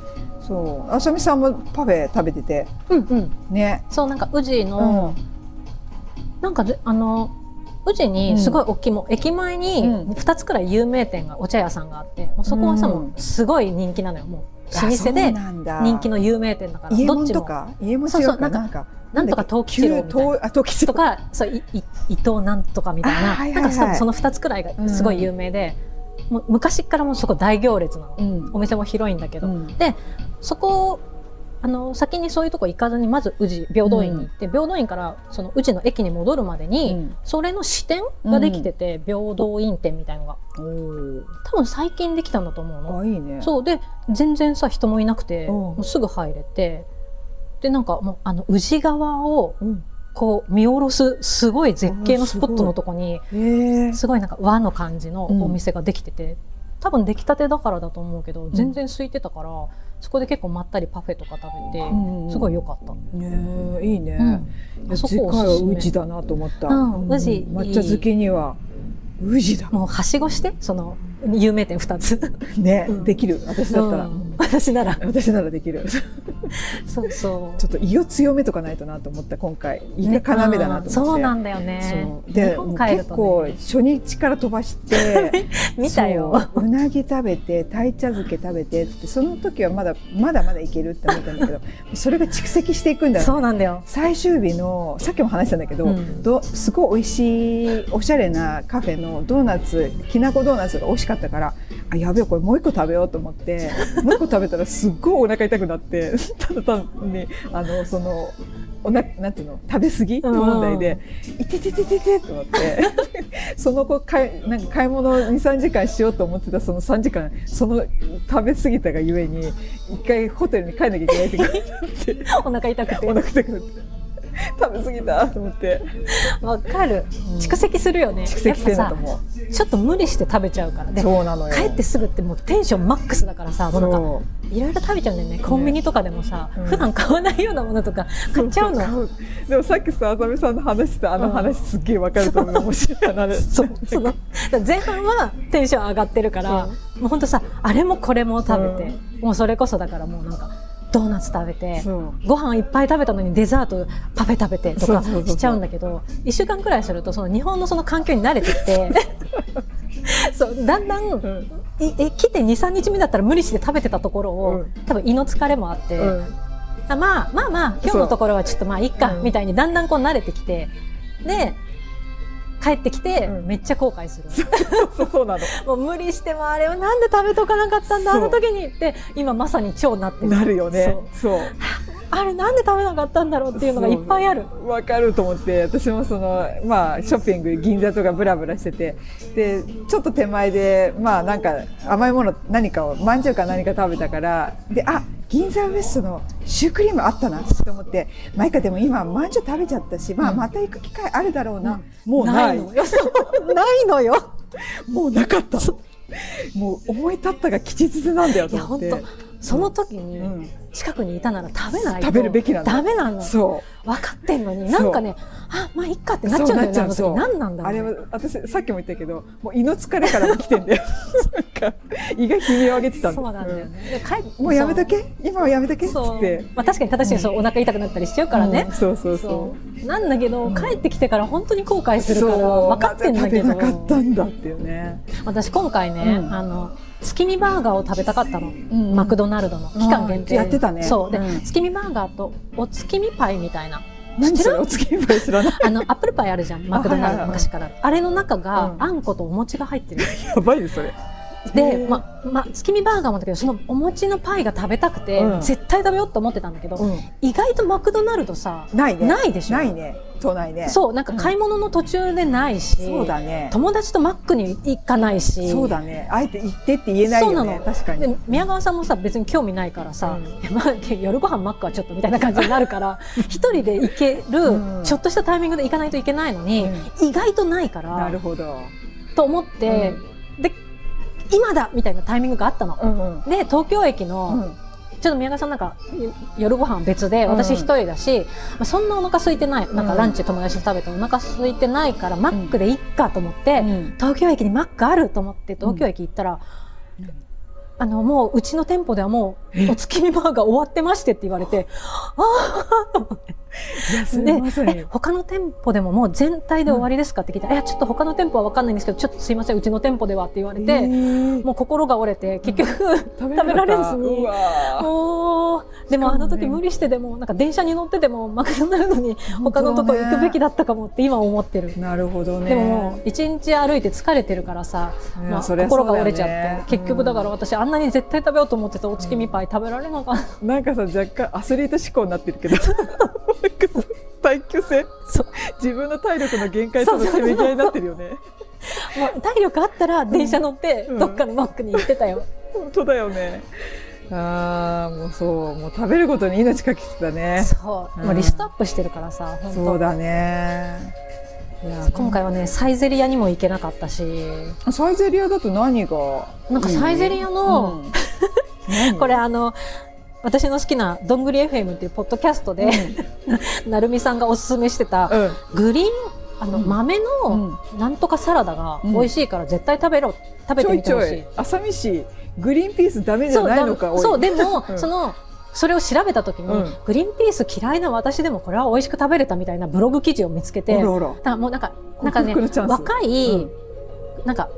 そうあさみさんもパフェ食べてて
うんうん
ね
そうなんか宇治
う
の、
ん、
なんかぜあの宇治にすごい大きい、もう駅前に
うん
2つくらい有名店がお茶屋さんがあってもうそこはさ、
うん
もうすごい人気なのよもう老
あ
舗
そう
で
なんだ
人気の有名店だから
家
どっ
門
ち
と
も
か家門
そう
違
そう
うかな
なん
か
なんとか
だっ
東
け
吉郎みたい
旧東あ東吉
と
郎
かそういい伊藤なんとかみたい
あー
な,、
はいはいはい
なんかそその2つくらいがすごい有名で、もう昔からもうそこ大行列なの、
うん
お店も広いんだけど、
うん
そこをあの先にそういうとこ行かずにまず宇治平等院に行って、平等院からその宇治の駅に戻るまでに、
うん
それの支店ができてて、平等院店みたいのが多分最近できたんだと思う
おー
の。
あいいね
そうで全然さ人もいなくて
うん
もうすぐ入れてでなんかもうあの宇治川を
う、ん、
こう見下ろすすごい絶景のスポットのとこに
えー、
すごいなんか和の感じのお店ができてて、多分出来たてだからだと思うけど全然空いてたから、そこで結構まったりパフェとか食べて、
うんうん
すごい良かった。
ねえいいね、
うん
い
あ
や
そ
次
こ
回
おすすめ
は宇治だなと思った、
うん宇治いい
抹茶好きには宇治だ
もうはしごしてその有名店2つ
ね、
うん
できる私だったら、
うん
思って
私なら
私ならできる
そうそう
ちょっと胃を強めとかないとなと思った今回胃が要だなと思って、
ねそうなんだよね
そうで、
日
もう
本帰る
結
と
構
ね
初日から飛ばして
見たよ
そううなぎ食べて鯛茶漬け食べてっつってその時はまだまだまだいけるって思ったんだけどそれが蓄積していくんだよ
そうなんだよ
最終日のさっきも話したんだけど,、
うん
どすごい美味しいおしゃれなカフェのドーナツきなこドーナツが美味しかったからあやべえこれもう一個食べようと思ってもう一個食べたらすっごいお腹痛くなってただ単にあのそのおななんていうの食べ過ぎ
うん
問題で「いててててて」と思って その子かいなんか買い物23時間しようと思ってたその3時間その食べ過ぎたがゆえに一回ホテルに帰んなきゃいけないってことになって。
お腹痛く
お
て
腹痛くなって食べ過ぎたと思って
わかる蓄
蓄
積するよね
積してるんだと
やっ
思
ぱさちょっと無理して食べちゃうから
う
で
そうなのよ
帰ってすぐってもうテンションマックスだからさもうなんか
そ
いろいろ食べちゃうんだよねコンビニとかでもさ、
うん
普段買わないようなものとか買っちゃうの
そうそう買うでもさっきさ浅見さんの話したあの話すっげえわかると思う面白い話
そうそのだから前半はテンション上がってるからもうほんとさあれもこれも食べて、もうそれこそだからもうなんかドーナツ食べて
そう
ご飯いっぱい食べたのにデザートパフェ食べてとか
そうそうそうそう
しちゃうんだけど1週間くらいするとその日本のその環境に慣れてき てそうだんだん い
うん
え来て23日目だったら無理して食べてたところを、
うん
多分胃の疲れもあって、
うん
あまあまあまあ今日のところはちょっとまあいっか
うん
みたいにだんだんこう慣れてきてで帰ってきて
うん
めっちゃ後悔する、
そうそうな
もう無理してもあれをなんで食べとかなかったんだあ
そう
の時にって今まさに超なって
の
る
なるよねそう
あれなんで食べなかったんだろうっていうのがいっぱいある
わかると思って私もそのまあショッピング銀座とかブラブラしててでちょっと手前でまあなんか甘いもの何かをまんじゅうか何か食べたからであ銀座ウエストのシュークリームあったなって思ってマイカでも今まんじゅう食べちゃったし、まあ、
うん
また行く機会あるだろうな、もうな
ないいの よそうないのよ
もうなかったもう思い立ったが吉日なんだよ
い
と
や
思っ
本
て
当その時に
うん
近くにいたなら食べないと
食べるべきなの
ダメなの
そう
分かってんのに
そう
なんかねあまあいっかってなっちゃうんだよねあの時
そうなっちゃう
何なんだろ
あ
うね
れは私さっきも言ったけどもう胃の疲れからも来てん だよなんか胃が悲鳴を上げてた
そうなんだよね。帰
もうやめとけ今はやめとけっつ
そう
っ
そう
て
まあ確かに正しいそうお腹痛くなったりしちゃうからね
うん。そうそうそ
そうなんだけど
うん
帰ってきてから本当に後悔
う
するから
そう
分かってんだけ
なぜ食べなかった
ど。
んだっていうね
私今回ね
うん
あの月見バーガーを食べたかったの。
うん
マクドナルドの期間限定
あーやってたね
そうで
うん
月見バーガーとお月見パイみたいな。
何
知って
そ
る
れお月見パイ知ら ない
あのアップルパイあるじゃんマクドナル
あはいはいは
ド
い
昔からあれの中が
うん
あんことお餅が入ってる
やばいですそれ
で、まま、月見バーガーもだけどそのお餅のパイが食べたくて、
うん
絶対食べようと思ってたんだけど、
うん
意外とマクドナルドさ
ないね
ないでしょ
ないね都内ね
そうなんか買い物の途中でないし、
そうだね
友達とマックに行かないし
そうだねあえて行ってって言えないよ
そうな
ね
の
確かに
で宮川さんもさ別に興味ないからさ、
うん
いやまあ夜ご飯マックはちょっとみたいな感じになるから 一人で行ける、
うん
ちょっとしたタイミングで行かないといけないのに、意外とないか
な
ら
るほど
と思って、で今だみたいなタイミングがあったの。
うんうん
で東京駅
う
の、
ん
ちょっと宮川さんなんかよ夜ご飯は別で私一人だし、まあ、そんなお腹空いてないなんか
うん
ランチ友達と食べてお腹空いてないから、マックでいっかと思って、
うん
東京駅にマックあると思って東京駅行ったら、あのもううちの店舗ではもうお月見バーガー終わってましてって言われて
いやそ
で
れまさ
え
に
他の店舗でももう全体で終わりですかって聞いたら、いやちょっと他の店舗は分かんないんですけどちょっとすいませんうちの店舗ではって言われて、
えー
もう心が折れて結局、
食
食べられずに
うわー
おーでもあの時無理してでもなんか電車に乗ってでもマクドナルドに他のとこ行くべきだったかもって今思ってる、
なるほどね
でももう一日歩いて疲れてるからさ、
うん
まあ、
そりゃそう
心
だ
が
よね
折れちゃって、結局だから私あんなに絶対食べようと思ってたお月見パイ食べられなかった、
なんかさ若干アスリート志向になってるけど 耐久性
そう
自分の体力の限界とのせめぎ合いになってるよね
もう体力あったら電車乗って
うん
どっかのマックに行ってたよ、
本当だよねあーもうそうもう食べることに命かけてた ね
そう、
うん
もうリストアップしてるからさ本当
そうだねいや
今回はねサイゼリアにも行けなかったし
サイゼリアだと何が
なんかサイゼリアの
うん何
これあの私の好きな「どんぐり FM」っていうポッドキャストで、なるみさんがおすすめしてた
うん
グリーンあの
うん
豆
う
の
ん
なんとかサラダが
うん
美味しいから絶対食べろ食べ
ち
て
ょ
み
い
て
ち
ほ
ょ
しい
い、浅見市グリーンピースダメじゃないのか
そうだそうでも、
うん
そのそれを調べた時に、
うん
グリーンピース嫌いな私でもこれは美味しく食べれたみたいなブログ記事を見つけて
お
だ
ら
か
おら
らもうなんかなんかね
克服のチャンス
若い、
うん
なんか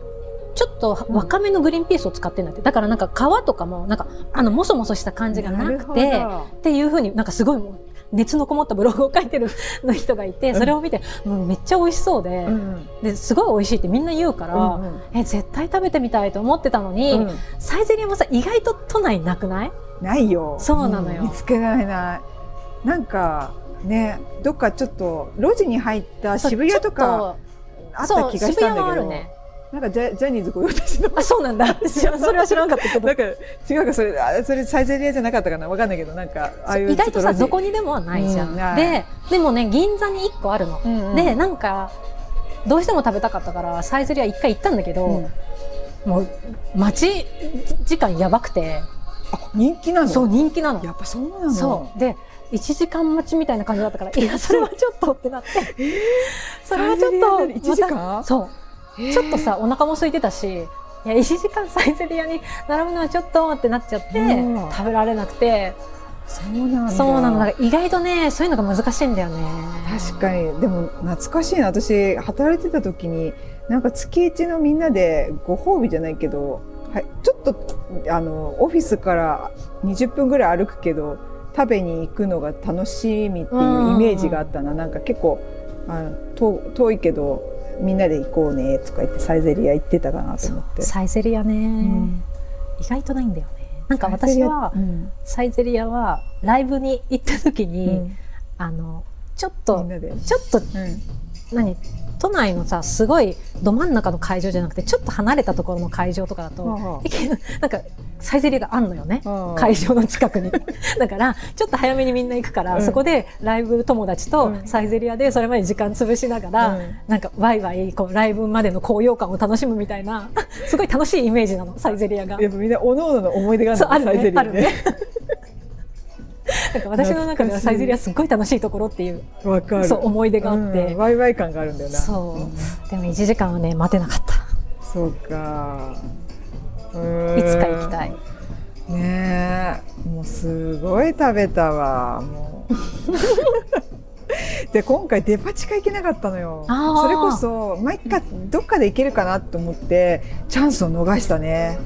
ちょっと若めのグリーンピースを使ってるんだってだからなんか皮とかもなんかあのもそもそした感じがなくて
るほど
っていうふうになんかすごいもう熱のこもったブログを書いてるの人がいてそれを見て、もうめっちゃ美味しそうで,、
うん
ですごい美味しいってみんな言うから、
うん
え絶対食べてみたいと思ってたのに、
うんうん
サイゼリアもさ意外と都内なくない
ないよ
そうなのよ
見つけられないなんかねどっかちょっと路地に入った渋谷とかあっ
そうち
た気
ょっと
がしたん
そう渋谷は
だ
あ
け
る
ど
ね
なんかジャジャニーズ御用達 の
あそうなんだ 知らそれは知らんかったけど
なんか違うかそれあそれサイゼリアじゃなかったかなわかんないけどなんかああいう
意外とさ
ちょ
ど
っ路
こにでもはないじゃん、
うんない
ででもね銀座に1個あるの、
地うんうん
でなんかどうしても食べたかったからサイゼリア1回行ったんだけど、
うん
もう待ち時間やばくて
あ人気なの
そう人気なの
やっぱそうなの
そうで1時間待ちみたいな感じ だったからいやそれはちょっとってなってそれはちょっ
サ
と
イゼリアで1時間
またそうちょっとさお腹も空いてたしいや1時間サイゼリアに並ぶのはちょっとってなっちゃって、
うん
食べられなくて
そうなんだ
そうなのだから意外とねそういうのが難しいんだよね
確かにでも懐かしいな私働いてた時になんか月一のみんなでご褒美じゃないけど、はい、ちょっとあのオフィスから20分ぐらい歩くけど食べに行くのが楽しみっていうイメージがあったな、なんか結構あの遠遠いけどみんなで行こうねとか言ってサイゼリア行ってたかなと思って。
サイゼリアね、
ん
意外とないんだよねなんか
サイゼ
私
リア
は
うん
サイゼリアはライブに行った時に、
うん
あのちょっ
み
と
んなで、
ちょっと
うん
何都内のさすごいど真ん中の会場じゃなくてちょっと離れたところの会場とかだと、
は
駅のなんかサイゼリヤがあんのよね
あはあ
会場の近 くにだからちょっと早めにみんな行くから、
うん
そこでライブ友達と
うん
サイゼリヤでそれまで時間潰しながら、
うん
なんかワイワイこうライブまでの高揚感を楽しむみた いなすごい楽しいイメージなのサイゼリヤが。
やっぱみんな各々の思い出がある
そう
ん
ある
だサイゼ
ね
リ
あ
ア
る
に
ね
ね。
なんか私の中ではサイゼリヤすっごい楽しいところっていう
わかる
そう思い出があって、
うんワイワイ感があるんだよな
そ
ん
うでも1時間はね待てなかった
そうかい
いつか行きたい
ねえもうすごい食べたわも うで今回デパ地下行けなかったのよ
あー
それこそ毎回どっかで行けるかなと思ってチャンスを逃したね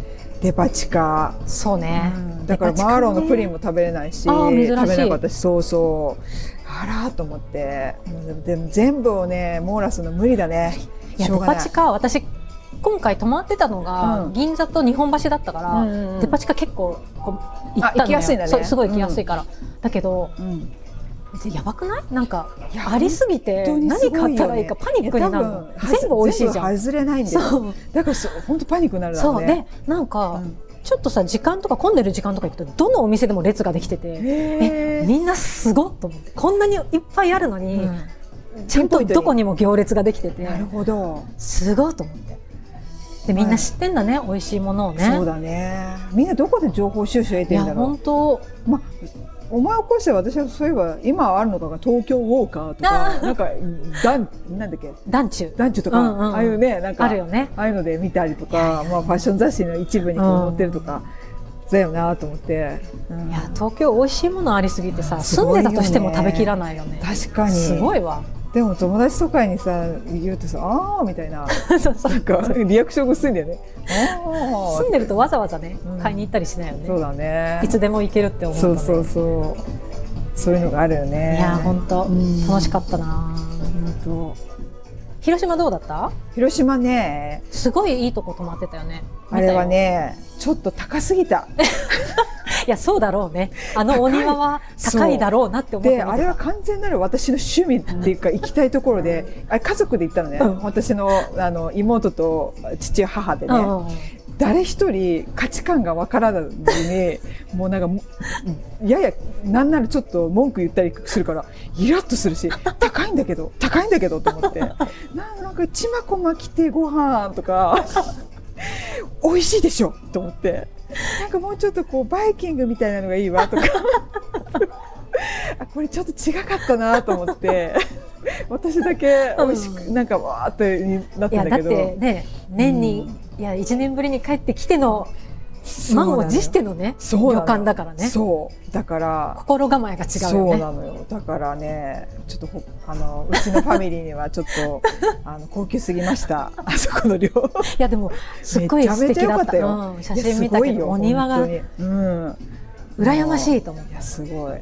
デパ地下、
そうね、
うんだからマーロンのプリンも食べれないし
あー珍しい
食べなかったしそうそうあらーと思ってもうでもでも全部をね網羅するの無理だね
いや
しょ
デ
うがな
パ
い
地下私今回泊まってたのが、
うん
銀座と日本橋だったから、
うんうんうん
デパ地下結構こう行ったのよ
あ行きやすいんだね
そうすごい行きやすいから、だけど
うん
やばくないなんか
いや
ありすぎ
本
て
当にす
何
ごよね
買ったらいいかパニックになるの
いや多分
全部美味しいじゃ
全
ん
部外れないんだよ
そう
だからそう本当パニックになるだろ
そうう
ね
でなんか、
うん
ちょっとさ時間とか混んでる時間とか行くとどのお店でも列ができてて
へー
みんなすごっと思ってこんなにいっぱいあるのに、
うん
ちゃんとどこ
に
にも行列ができてて
なるほど、
すごいと思ってでみんな知ってんだね、美味しいものをね
そうだねみんなどこで情報収集得
い
てる
や
んだろ
本当
うまお前を起こして私はそういえば今あるのかが東京ウォーカーと
あ
か
ー
なんかダンなんだっけ
団中
ダンチュとか、
うんうんうん
ああいうねなんか
あるよね
ああいうので見たりとか、まあ、ファッション雑誌の一部にこう載ってるとか、だよなと思って、うん
いや東京美味しいものありすぎてさ
すご
住
い
ん
よね
でたとしても食べきらないよね
確かに
すごいわ
でも友達とかにさ言うとさ「あー」みたいな
そうそう
なんかリアクションが薄いんだよね。あ
住んでるとわざわざね、
うん
買いに行ったりしないよ
ーそう
ね
だね
いつでも行けるって思う
そ
と
う
ね
そうそうそういうのがあるよね。
いや本当
うん
楽しかったな
本当
広島どうだった
広島ね
すごいいいとこ泊まってたよね
あれはねちょっと高すぎた。
見たよいやそうだろうねあのお庭は高いだろうなって思って見
で
てた
あれは完全なる私の趣味っていうか行きたいところであれ家族で行ったのね、
うん
私のあの妹と父母でね、
うんうんうん
誰一人価値観がわからずに もうなんかもややなんならちょっと文句言ったりするからイラッとするし高いんだけど高いんだけどと思 ってななんかちまこ巻きてご飯とか 美味しいでしょと思ってなんかもうちょっとこうバイキングみたいなのがいいわと かあこれちょっと違かったなと思って私だけ美味しく、
うん
なんかわーってになっ
い
た
や
ん
だ
だ
っ
けど。
てね年に、いや1年ぶりに帰ってきての満を持してのね
そうな
旅
の
館だからね
そうだから
心構えが違う
そう
よね
なのよだからねちょっとほあのうちのファミリーにはちょっ とあの高級すぎましたあそこの量
いやでもすっごい素
めちゃめ
敵だ
ちゃ良か
っ
った
た
よ
うん写真見たけどお庭が
本当にうん
羨ましいと思う
いやすごい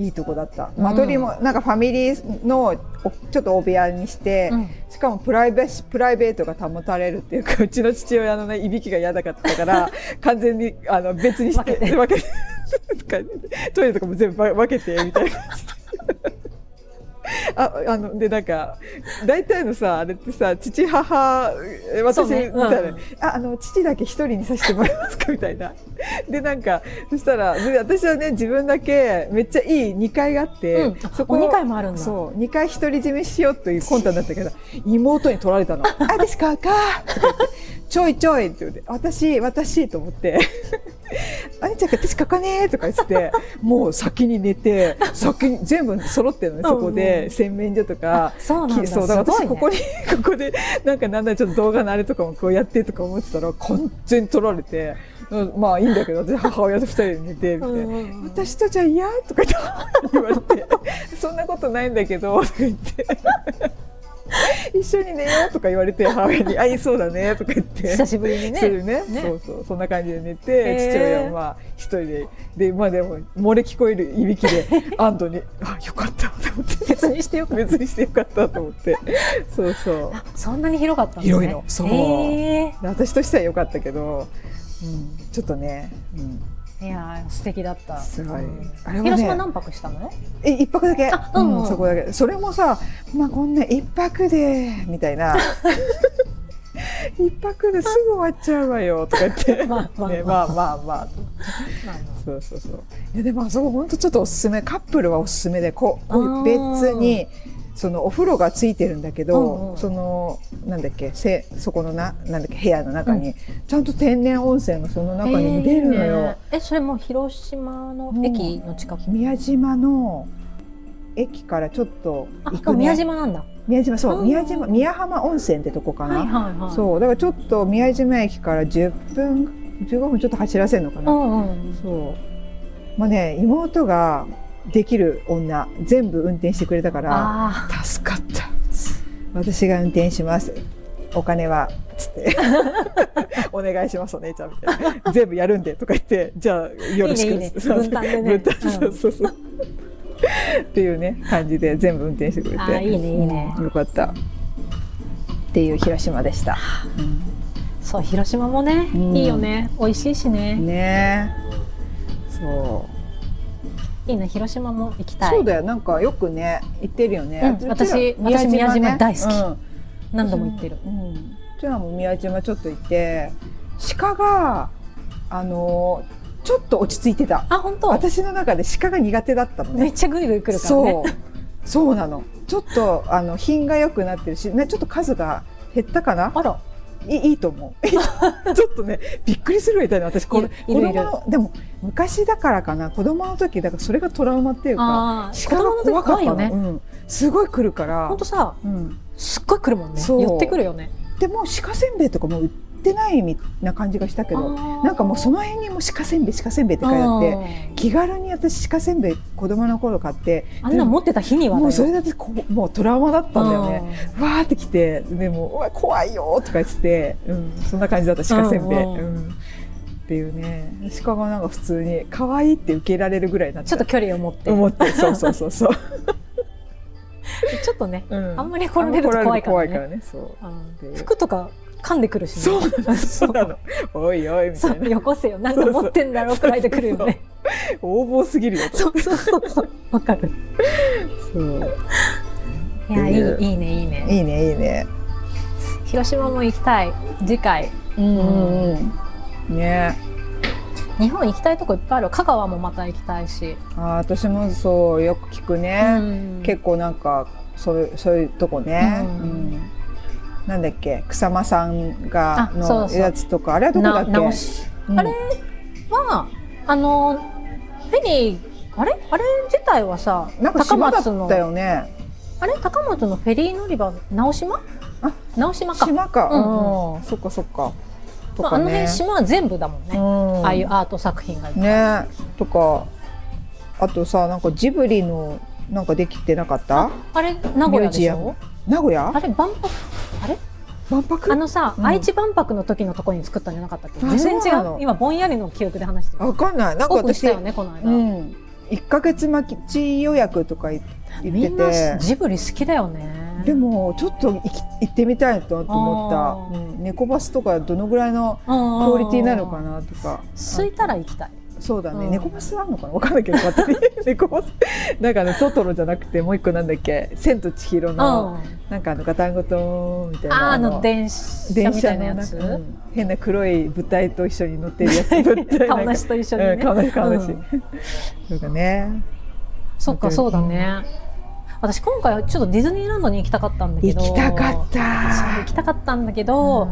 いいとこだった間取りも、なんかファミリーのおちょっとお部屋にして、
うん
しかもプライベプライベートが保たれるっていうかうちの父親のねいびきが嫌だかったから 完全にあの別にして
分けて
分けて トイレとかも全部分けてみたいな。ああのでなんか大体のさあれってさ父母え
そう
私、
ね
みたいな、
うん
ああの父だけ一人にさせてもらえますかみたいなでなんかそしたらで私はね自分だけめっちゃいい2階があって、
うん
そ
お二階もあるんだ
そう2階独り占めしようという魂胆だったけど妹に取られた の「あですかか」とか言ってちょいちょい」って言って「私私」と思って 「あれちゃん私ここね」とか言ってもう先に寝て先に全部揃ってるのねそこ
うんう
で
ん
洗面所とか。
そうなん
き
だ
そうだから
すご
私
い
こ
ね
こに、 ここでなんかなんだちょっと動画のあれとかもこうやってとか思ってたら完全に撮られてうんまあいいんだけど私母親と二人で寝てみたいな、
うんうんうん
私とじゃ嫌とか言われて そんなことないんだけどと か言って一緒に寝ようとか言われて母親に「 あいいそうだね」とか言って
久しぶりに
そういうね
ねね
そうそうそんな感じで寝て、
へー
父親はまあ一人ででまあでも漏れ聞こえるいびきで 安堵に「あよかった」と思って
別にしてよかった
別にしてよかったと思ってそうそう
そんなに広かったんですね
広いのそう
へ
で私としてはよかったけど、うん、ちょっとね、うん、
ーいやー素敵だった
すごい
うん
あれはね
広島何泊したの
え一泊だけ、
あうんうん
そこだけそれもさ、まあ、こんな一泊でみたい な一泊ですぐ終わっちゃうわよとか言って
まあまあまあ
ねまあまあまあそうそうそういやでもあそこ本当ちょっとおすすめカップルはおすすめでここういう別にそのお風呂がついてるんだけど、
うんうん
そのなんだっけせそこのななんだっけ部屋の中に、ちゃんと天然温泉がその中に出るのよ。
えーいいねえそれもう広島の駅の近く
宮島の駅からちょっと
あ
行
でも
く、ね、
宮島なんだ
宮島そううん宮島宮浜温泉ってとこかな、
はいはいはい
そうだからちょっと宮島駅から10分15分ちょっと走らせるのか
う
な、
んうん
そうまあね妹ができる女全部運転してくれたから
あ
助かった私が運転しますお金はつって お願いしますお姉ちゃんみたいな全部やるんでとか言ってじゃあよろしく
いいねいいね分担で ね
分担
うん
そうそうそうっていうね感じで全部運転してくれ
あ
て
ーいいねいいね
うんよかったっていう広島でした、
あそう広島もね
うん
いいよね美味しいしね
ねえそう
いいね広島も行きた
そう
い
だよなんかよくね行ってるよね、
うん
うちら
私私宮島大好き
うん
何度も行ってる
うん。じゃあもう宮島ちょっと行って、鹿があのーちょっと落ち着いてた。
あ本当
私の中で鹿が苦手だったの
め
ね。
っちゃグイグイ来るから
そ
ね
う、そうなの。ちょっとあの品が良くなってるし、ねちょっと数が減ったかな。
あら
いいいと思う。 ちょっとねびっくりするみたいな私これ
いるいる
子供のでも昔だからかな子供の時だからそれがトラウマっていうか。
あー子
鹿が
供の時
怖かっ
怖
た
いよ
の、
ね
うん、すごい来るから。
本当さ
うん。
すっごい来るもんね
そう
寄ってくるよね
でも鹿せんべいとかも売ってないみたいな感じがしたけどなんかもうそ
の
の辺にも鹿せんべい鹿せんべいって書いてあって気軽に私鹿せんべい子供の頃買って
あんな
で
ん
も
持ってた日にはだよ
もうそれだってこうもうトラウマだったんだよね。
ね
わーってきてでもううわ怖いよーとか言ってて、うん、そんな感じだった鹿せんべい、
うんうん
うんっていうね鹿がなんか普通に可愛いって受けられるぐらいになっ
ちょ
た
っと距離を持って
思ってそうそうそう そう、
ちょっとね
うん、
あんまり来られると怖いから
あんま来られると怖いから
ね
ねそう
うん服とか噛んでくるしね
そうなのそうなのおいおいみた
そ
いな
うよこせよなんか持ってんだろうくらいで来るよね
横暴すぎるよと
そうそうそうそうわかる
そう
いやい
いいね
いいいねいいね
いいねいいね
広島も行きたい次回
うんうんね
日本行きたいとこいっぱいある香川もまた行きたいし、
あー私もそうよく聞くね、
うん
結構なんかそういうそういうとこね、
う
うんんなんだっけ草間さんが
あそう
の
そう
やつとかあれはどこだっ
な
け
直し
うん
あれはあのフェリーあれあれ自体はさ
なんか
高
島だっ
松の
たよね
あれ高松のフェリー乗り場直島
あ
直島か
島か、
う
うんそっかそっかと
まあ、
か
あの
ね
辺。島は全部だもんね、
うん
ああいうアート作品がいっぱい
ねとかあとさなんかジブリのなんかできてなかった
あれ名古屋
ミ
で
ュージ
し
アム
ょ
名古屋
あれ万博あれ
万博
あのさ、
うん
愛知万博の時のとこに作ったんじゃなかったっけ
あ
全然
そう
違
な
う
の
今ぼんやりの記憶で話してる
わかんないなんか
オープンし
私
たよねこの間、
うん1ヶ月待ち予約とか言
み
っ
んな
てて
ジブリ好きだよね
でもちょっと行き行ってみたいと
あ
思った、うん、猫バスとかどのぐらいのク
ク
オリティなのかなとか
空いたら行きたい
そうだね、
うん
猫バスあんのかなわかんないけど勝 手に猫バスなんかあのトトロじゃなくてもう一個なんだっけ「千と千尋
うん
の」
あ
なんかあのガタンゴトンみたい
ー
な
あの電車
電
みた
車
いな
の
や
なん
つ
か、うん変な黒い物体と一緒に乗ってるやつ 物体
顔な
なんか
しと一緒に
うん
ね
顔なし顔なし
うん
そうかね
そっかそうだね私今回ちょっとディズニーランドに行きたかったんだけ
行
ど
きたかった
そう行きたかったんだけど、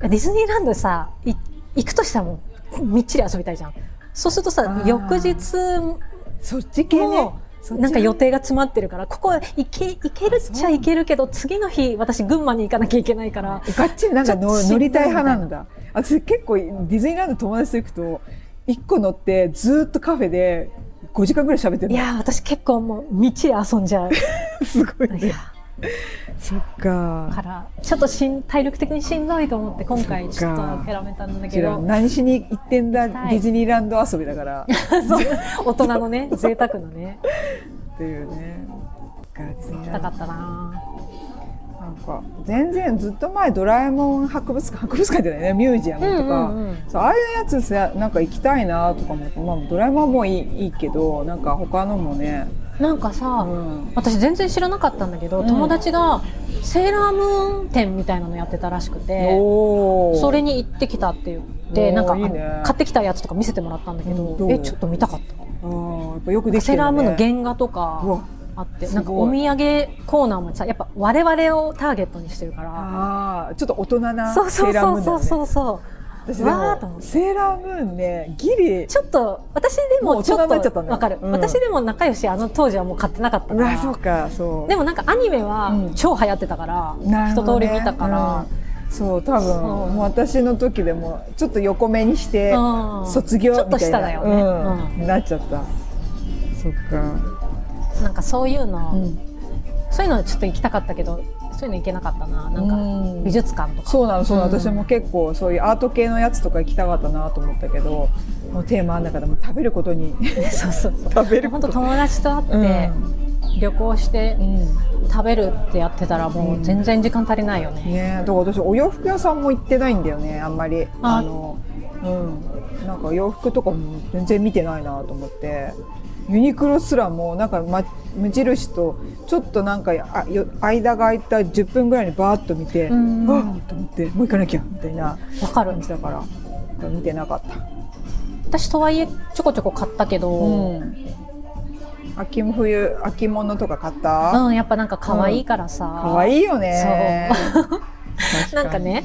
ディズニーランドさい行くとしたらもうみっちり遊びたいじゃんそうすると
あ
さ
ー
翌日
そっち系ね
も
そっち
なんか予定が詰まってるからここ行け行けるっちゃ行けるけど次の日私群馬に行かなきゃいけないから
がっちりなんか
ちょっ
の
と
乗りたい派なんだ私結構ディズニーランド友達と行くと一個乗ってずーっとカフェで5時間ぐらい喋って
い
る
やー私結構もうみっちり遊 んじゃう
のすごい
い
ね
や
そっ
ーか
から
ちょっとしん体力的にしんどいと思って今回ちょっと
そっか
諦めたんだ
違
け
う
ど
何しに行ってんだデ
はい
ィズニーランド遊びだから
そう大人のね贅沢なね
っていうねそっかディズニーラ
な
ンド
かったな
なんか全然ずっと前ドラえもん博物館博物館じゃないねミュージアム
うん
と
う
か、
んうん
そうああいうやつさなんか行きたいなとかも、まあ、ドラえもんはもういいいいけどなんか他のもね、
なんか
う
さ
ん、
私全然知らなかったんだけど、
うん
友達がセーラームーン展みたいなのやってたらしくて
おー
それに行ってきたって言っ
お
て
ー
なんかあ
いいね
買ってきたやつとか見せてもらったんだけど,、
うんどう
えちょっと見たかった、
あーやっぱよくできて
セー
る、ね、
ラームーンの
ン
原画とかあってなんかお土産コーナーもさやっぱ我々をターゲットにしてるから
あーちょっと大人な
そう
セ
そ
ー
う
ラーム
そ
ー
う
ンだ
そ
よ
う
ね
そうそう
私で
わーっと思っ
も
て
セーラームーンねギリ
ちょっと私で
もう大
もち
人
ょっ
になっちゃった
と
んだよ
わかる、
うん
私でも仲良しあの当時はもう買ってなかった
う
か
わそう
ら
かそう
でもなんかアニメは
うん
超流行ってたから、
なる
一
ほ
通
どね
り見たから、
うんそう多分
そう
もう私の時でもちょっと横目にして、
うん
卒業みたい
ちょっ
な
と下だよね、
うんなっちゃったそっか、
うんなんかそういうの、
うん、
そういうのちょっと行きたかったけどそういうの行けなかったななんか
うん
美術館とか、
そうなのそうなの、
うん
私も結構そういうアート系のやつとか行きたかったなと思ったけどもうテーマあんだからもう食べることに
そうそうそう
食べるこ
本当
と
友達と会って、旅行して
うんうん
食べるってやってたらもう全然時間足りないよね、
ねだから私お洋服屋さんも行ってないんだよねあんまり
あ
あのうんなんか洋服とかも全然見てないなと思ってユニクロすらもなんか、ま、無印とちょっとなんかあよ間が空いた10分ぐらいにバーッと見て、
うん
わあと思ってもう行かなきゃみたいな
わかる
感じだからなんか見てなかった、
私とはいえちょこちょこ買ったけど、
うん、秋も冬秋物とか買った
うん、やっぱなんか可愛いからさ、
可愛、いいよね確
なんかね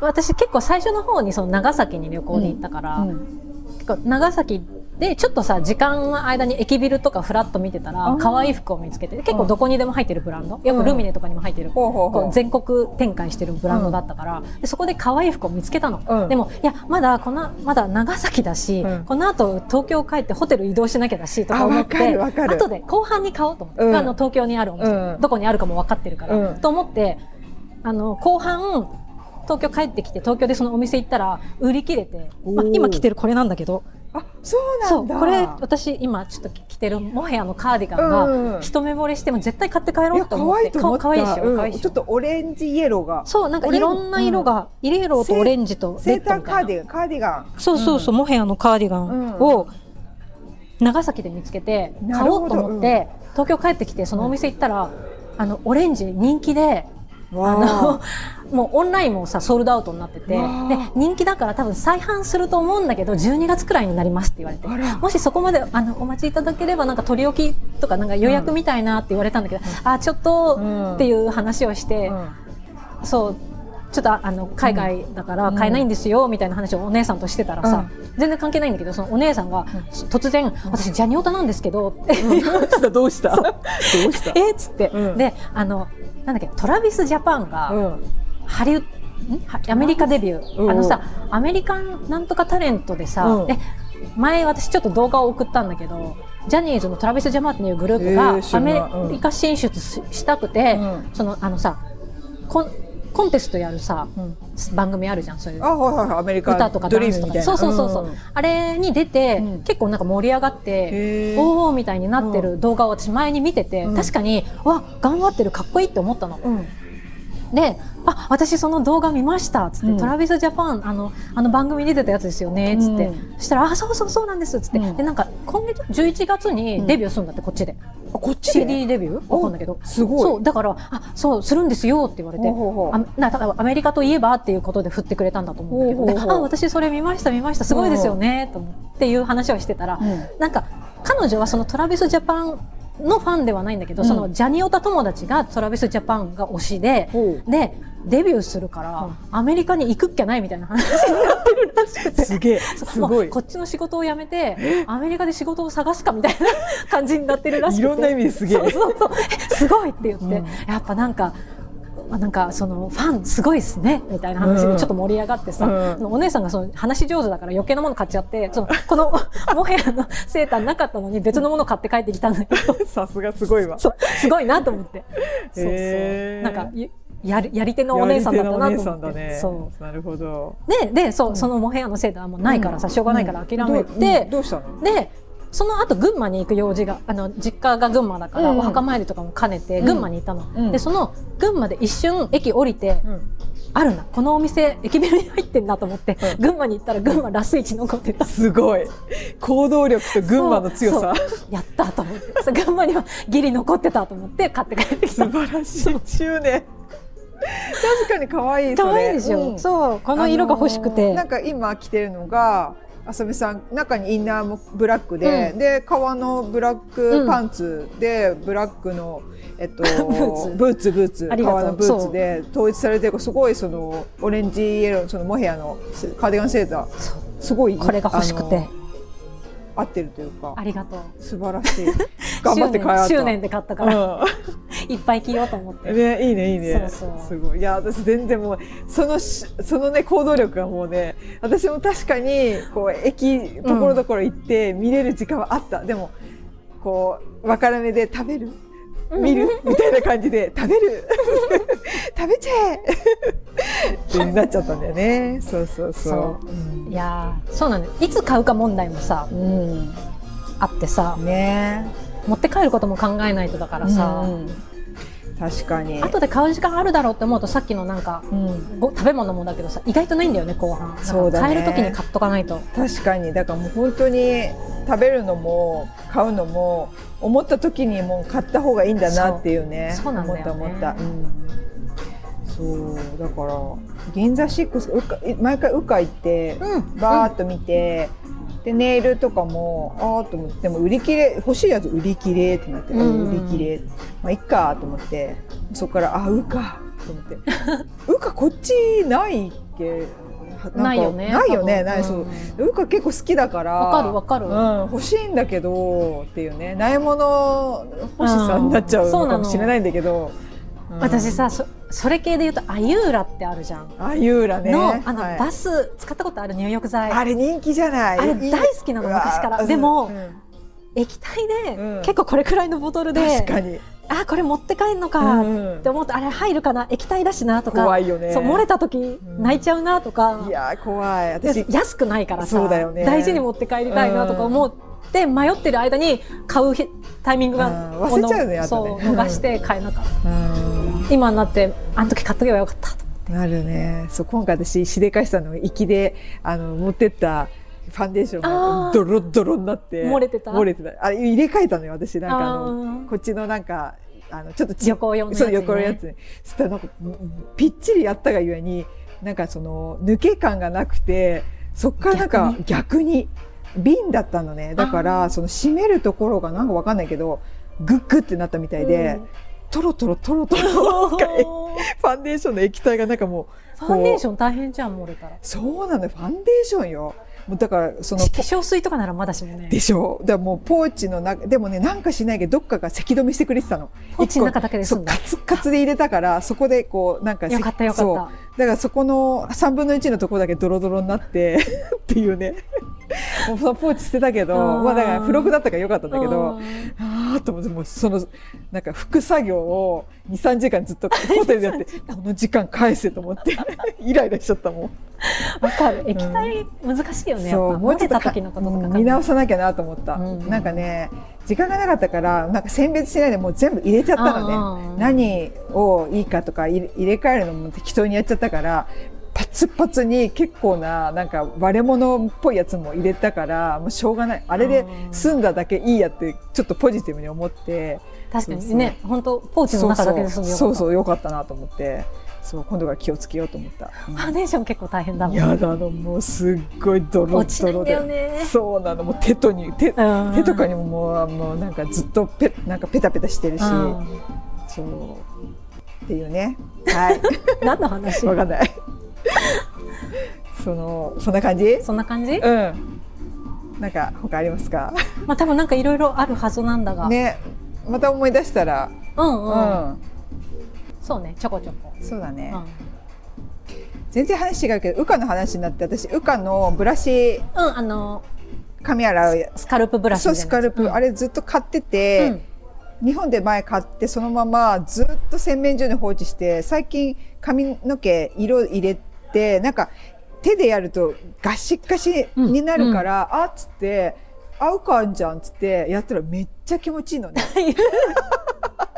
私結構最初の方にその長崎に旅行に行ったから、
うんうん
結構長崎でちょっとさ時間の間に駅ビルとかフラッと見てた
あ
ら
ー
可愛い服を見つけて結構どこにでも入ってるブランド、やっぱルミネとかにも入ってる、
ほうほうほ
こ
う
う全国展開してるブランドだったから、でそこで可愛い服を見つけたの、
うん
でもいやまだこのまだ長崎だし、
うん
この後東京帰ってホテル移動しなきゃだしとか思
あ
っ
わか
て
るわかる
後で後半に買おうと思って、
うん
あの東京にあるお店、
うん
どこにあるかも分かってるから、
うん
と思ってあの後半東京帰ってきて東京でそのお店行ったら売り切れて、ま
お
あ
ー
今着てるこれなんだけど
あそうな
そうん
だ
これ私今ちょっと着てるモヘアのカーディガンが、
うん
一目惚れしても絶対買って帰
い
ろ
や
うと思
可
っ
愛
て
いと思った
かわいいでしょ、可愛い
うん
でし
ち
ょ
ょっとオレンジイエローが
そうなんか
オレン
いろんな色が、イエローとオレンジとレ
セ
ッ
ータ
ド
ー
み
カ
た
ー
いな
ディガンカーディガン
そうそうそう、モヘアのカーディガンを長崎で見つけて
な
買
る
お
ほど
うと思って、東京帰ってきてそのお店行ったら、あのオレンジ人気であの
わ
もうオンラインもさソールドアウトになっててで
わあ
人気だから多分再販すると思うんだけど12月くらいになりますって言われて
ああら
もしそこまであのお待ちいただければなんか取り置きとかなんか予約みたいなって言われたんだけど、あちょっとって
う
いう話をして。
ん
そうちょっとああの海外だから買えないんですよみたいな話をお姉さんとしてたらさ、全然関係ないんだけどそのお姉さんが突然「私ジャニオタなんですけど」って
うんどうしたどうしたどうし
「
た
えっ?」っつって、
うん
であのなんだっけトラビス・ジャパン
う
が
ん
ハリウッはアメリカデビュー、
うん
あのさアメリカンなんとかタレントでさ、
うん
え前私ちょっと動画を送ったんだけどジャニーズのトラビス・ジャマーっていうグループ
えー
が
知
ア
らない
メリカ進出ししたくて、
うん
そのあのさコンコンテストやるさ
うん
番組あるじゃんそういう
あはいはいはいアメリカ
歌とか
ド
ダ
リー
ン
ム
スと
み
か
たいな
そうそうそうそう、
ん
あれに出て、
うん
結構なんか盛り上がって。
へー
おーみたいになって
う
る動画を私前に見てて、
うん
確かにわ頑張ってるかっこいいって思ったの、
うん
で「あ私その動画見ました」つって、
うん
トラビスジャパンあのあの番組に出てたやつですよね」つって、
うん
そしたら「あそうそうそうなんです」つって、
うん
でなんか今月11月にデビューするんだってこっちで、
あこっちで
CD デビューわかんだけど
すごい
そうだから「あそうするんですよ」って言われて。
ほうほうほう
あなだからアメリカといえばっていうことで振ってくれたんだと思うんだけど、
ほうほうほう
であ私それ見ました見ましたすごいですよねと思っていう話をしてたら、
うん
なんか彼女はそのトラビスジャパンのファンではないんだけど、
うん
そのジャニオタ友達がトラビスジャパンが推しで、
ほ
でデビューするから、
うん
アメリカに行くっきゃないみたいな話
すげえ
そう
すご
もう
い
こっちの仕事を辞めてアメリカで仕事を探すかみたいな感じになってるらしく
い
て
ろんな意味ですげえ
そうそう そうえすごいって言って、
うん
やっぱなんか。あなんかそのファンすごいですねみたいな話
うん
でちょっと盛り上がってさ、
うん
そのお姉さんがその話上手だから余計なもの買っちゃってその このモヘアのセーターなかったのに別のもの買って帰ってきたんだけど
さすがすごいわ
そうすごいなと思ってそう
へー
そうなんかゆやりやり手のお姉さんだった
や
な
り
と
手のお
思
姉
って、
さんだね
そう
なるほど
ででそう、
ん
そのモヘアのセーターはもうないからさ、しょうがないから諦めて、
うんどううんどうしたの
でその後群馬に行く用事があの実家が群馬だから、
うんうん
お墓参りとかも兼ねて
うん
群馬に行ったの、
うん
でその群馬で一瞬駅降りて、
うん
あるなこのお店駅ビルに入ってんなと思って、
うん
群馬に行ったら群馬ラスイチ残ってた。
すごい行動力と群馬の強さ
そうそうやったと思ってそう群馬にはギリ残ってたと思って買って帰ってきた
素晴らしい執念確かに可愛いそれ
可愛いでしょ、
うん
そうこの色が欲し
あ
く
の
て、
ーなんか今着てるのが浅見さん中にインナーもブラックで、
う
で革のブラックパンツで、ブラックのえ っとブ
ーツ
ブーツブーツ
ありがとう
革のブーツで統一されてるすごいそのオレンジイエローのそのモヘアのカーディガンセーター
そう
すごい
これが欲しく
あ
て
の合ってるというか
ありがとう
素晴らしい頑張って開発
執念執念で買ったから、
うん
いっぱい着ようと思って
ね、いいねいいね
そうそう
すごいいや私全然もうそのしそのね行動力がもうね私も確かにこう駅ところどころ行って見れる時間はあった、でもこう分から目で食べる 見るみたいな感じで食べ る食べちゃえってなっちゃったんだよねそうそうそう
いやーそうなんだよいつ買うか問題もさ
うん、
あってさ
ね
持って帰ることも考えないとだからさ、
うん確かに
後で買う時間あるだろうって思うとさっきのなんか
うん
ご食べ物もだけどさ意外とないんだよね後半だから
そうだね
買える時に買っとかないと
確かにだからもう本当に食べるのも買うのも思った時にもう買った方がいいんだなっていうね
そうそうなんだよね
思った思った、うん、そうだから銀座シックスうか毎回うか行って
うん
バーッと見て、でネイルとかもああと思ってでも売り切れ欲しいやつ売り切れってなって、
うん
売り切れまあいっかと思ってそこからあうかと 思ってうかこっちないっけなんか
ないよね
ないよ
多
ね
分
ないそう、
ん
ウーカ結構好きだから
わかるわかる、
うん、欲しいんだけどっていうねないもの欲しさになっちゃう
うんそう
の
な
か
の
もしれないんだけど、うん
私さそそれ系で言うとアユーラってあるじゃん、
あユーラね
のあの、
はい
バス使ったことある入浴剤
あれ人気じゃない
あれ
いい
大好きなの
うわ
昔から
うん
でも
うん
液体で、
うん
結構これくらいのボトル
確
で
かに、
あこれ持って帰んのか
うん
って思ってあれ入るかな液体だしなとか
怖いよね
そう漏れた時
ん
泣いちゃうなとか、
いやー怖い
で
私
安くないから
そ
さ、
うだよね
大事に持って帰りたいなとか思って迷ってる間に買うひタイミングが
うん忘れちゃうのよ
そう
後でね
逃して買えなかった、
うん
今になってあの時買っとけばよかったと
なるねそう今回私しでかしさんの粋であの持ってったファンデーションが
あー
ドロッドロになって
漏れてた
漏れてたあれ入れ替えたのよ私なんかあの
あー
こっちのなんかあのちょっとち
旅行用のやつ、
そう
ね、
横のやつねそしたらなんかぴっちりやったがゆえになんかその抜け感がなくてそっからなんか逆に瓶だったの ねだからその閉めるところがなんかわかんないけどグッグってなったみたいで、トロトロトロ トロなんかえファンデーションの液体がなんかもう
ファンデーション大変じゃん漏れたら
そうなのよファンデーションよもうだからそ
化
の
粧水とかならまだしもね
でしょだからもうポーチの中でもねなんかしないけどどっかがせき止めしてくれてたの
ポーチの中だけで済
そ
ん
う
だ
カツ カツで入れたからそこでこうなんかせ
よかったよ
そう
かっ
だからそこの3分の1のところだけドロドロになって っていうねもうそのポーチ捨てたけど
あー
まあだから付録だったからよかったん
た
だけど
うん
あーっと思ってもうそのなんか副作業を23時間ずっとホテルでやってこの時間返せと思って イライラしちゃったもん。
わかる液体難しいよね、やっぱ
もう
漏
ちょ
れ
っと
た
か
時のこととか考
う
える
ん
と
見直さなきゃなと思った、
うん
なんかね時間がなかったからなんか選別しないでもう全部入れちゃったのね
あー
何をいいかとか入れ入れ替えるのも適当にやっちゃったからパツパツに結構ななんか割れ物っぽいやつも入れたからもうしょうがないあれで済んだだけいいやってちょっとポジティブに思って
確かにね本当ポーチの中だけで済んでよかった
そうそうよかったなと思ってそう今度から気をつけようと思った。うん
ファンデーション結構大変だもん
やだのもうすっごいドロ
落ちな
ド
い
ロ
んだ
で
よね
そうなのもう手とに手
うん
手とかにももうもうなんかずっとペなんかペタペタしてるし、
うん
そうっていうねはい
何の話
わかんないそのそんな感じ
そんな感じ
うんなんか他ありますか
まあ多分なんかいろいろあるはずなんだが、
ねまた思い出したら
うん
う
うん、
ん、
そうねちょこちょこ、
そうだね、
うんうん
全然話違うけどウカの話になって私ウカのブラシ
あの
髪洗う
スカルプブラシ
そうスカルプ、あ
れ
れずっと買ってて、日本で前買ってそのままずっと洗面所に放置して最近髪の毛色入れてなんか手でやるとガシッガシになるから、あっつって合うかんじゃんっつってやったらめっちゃ気持ちいい のね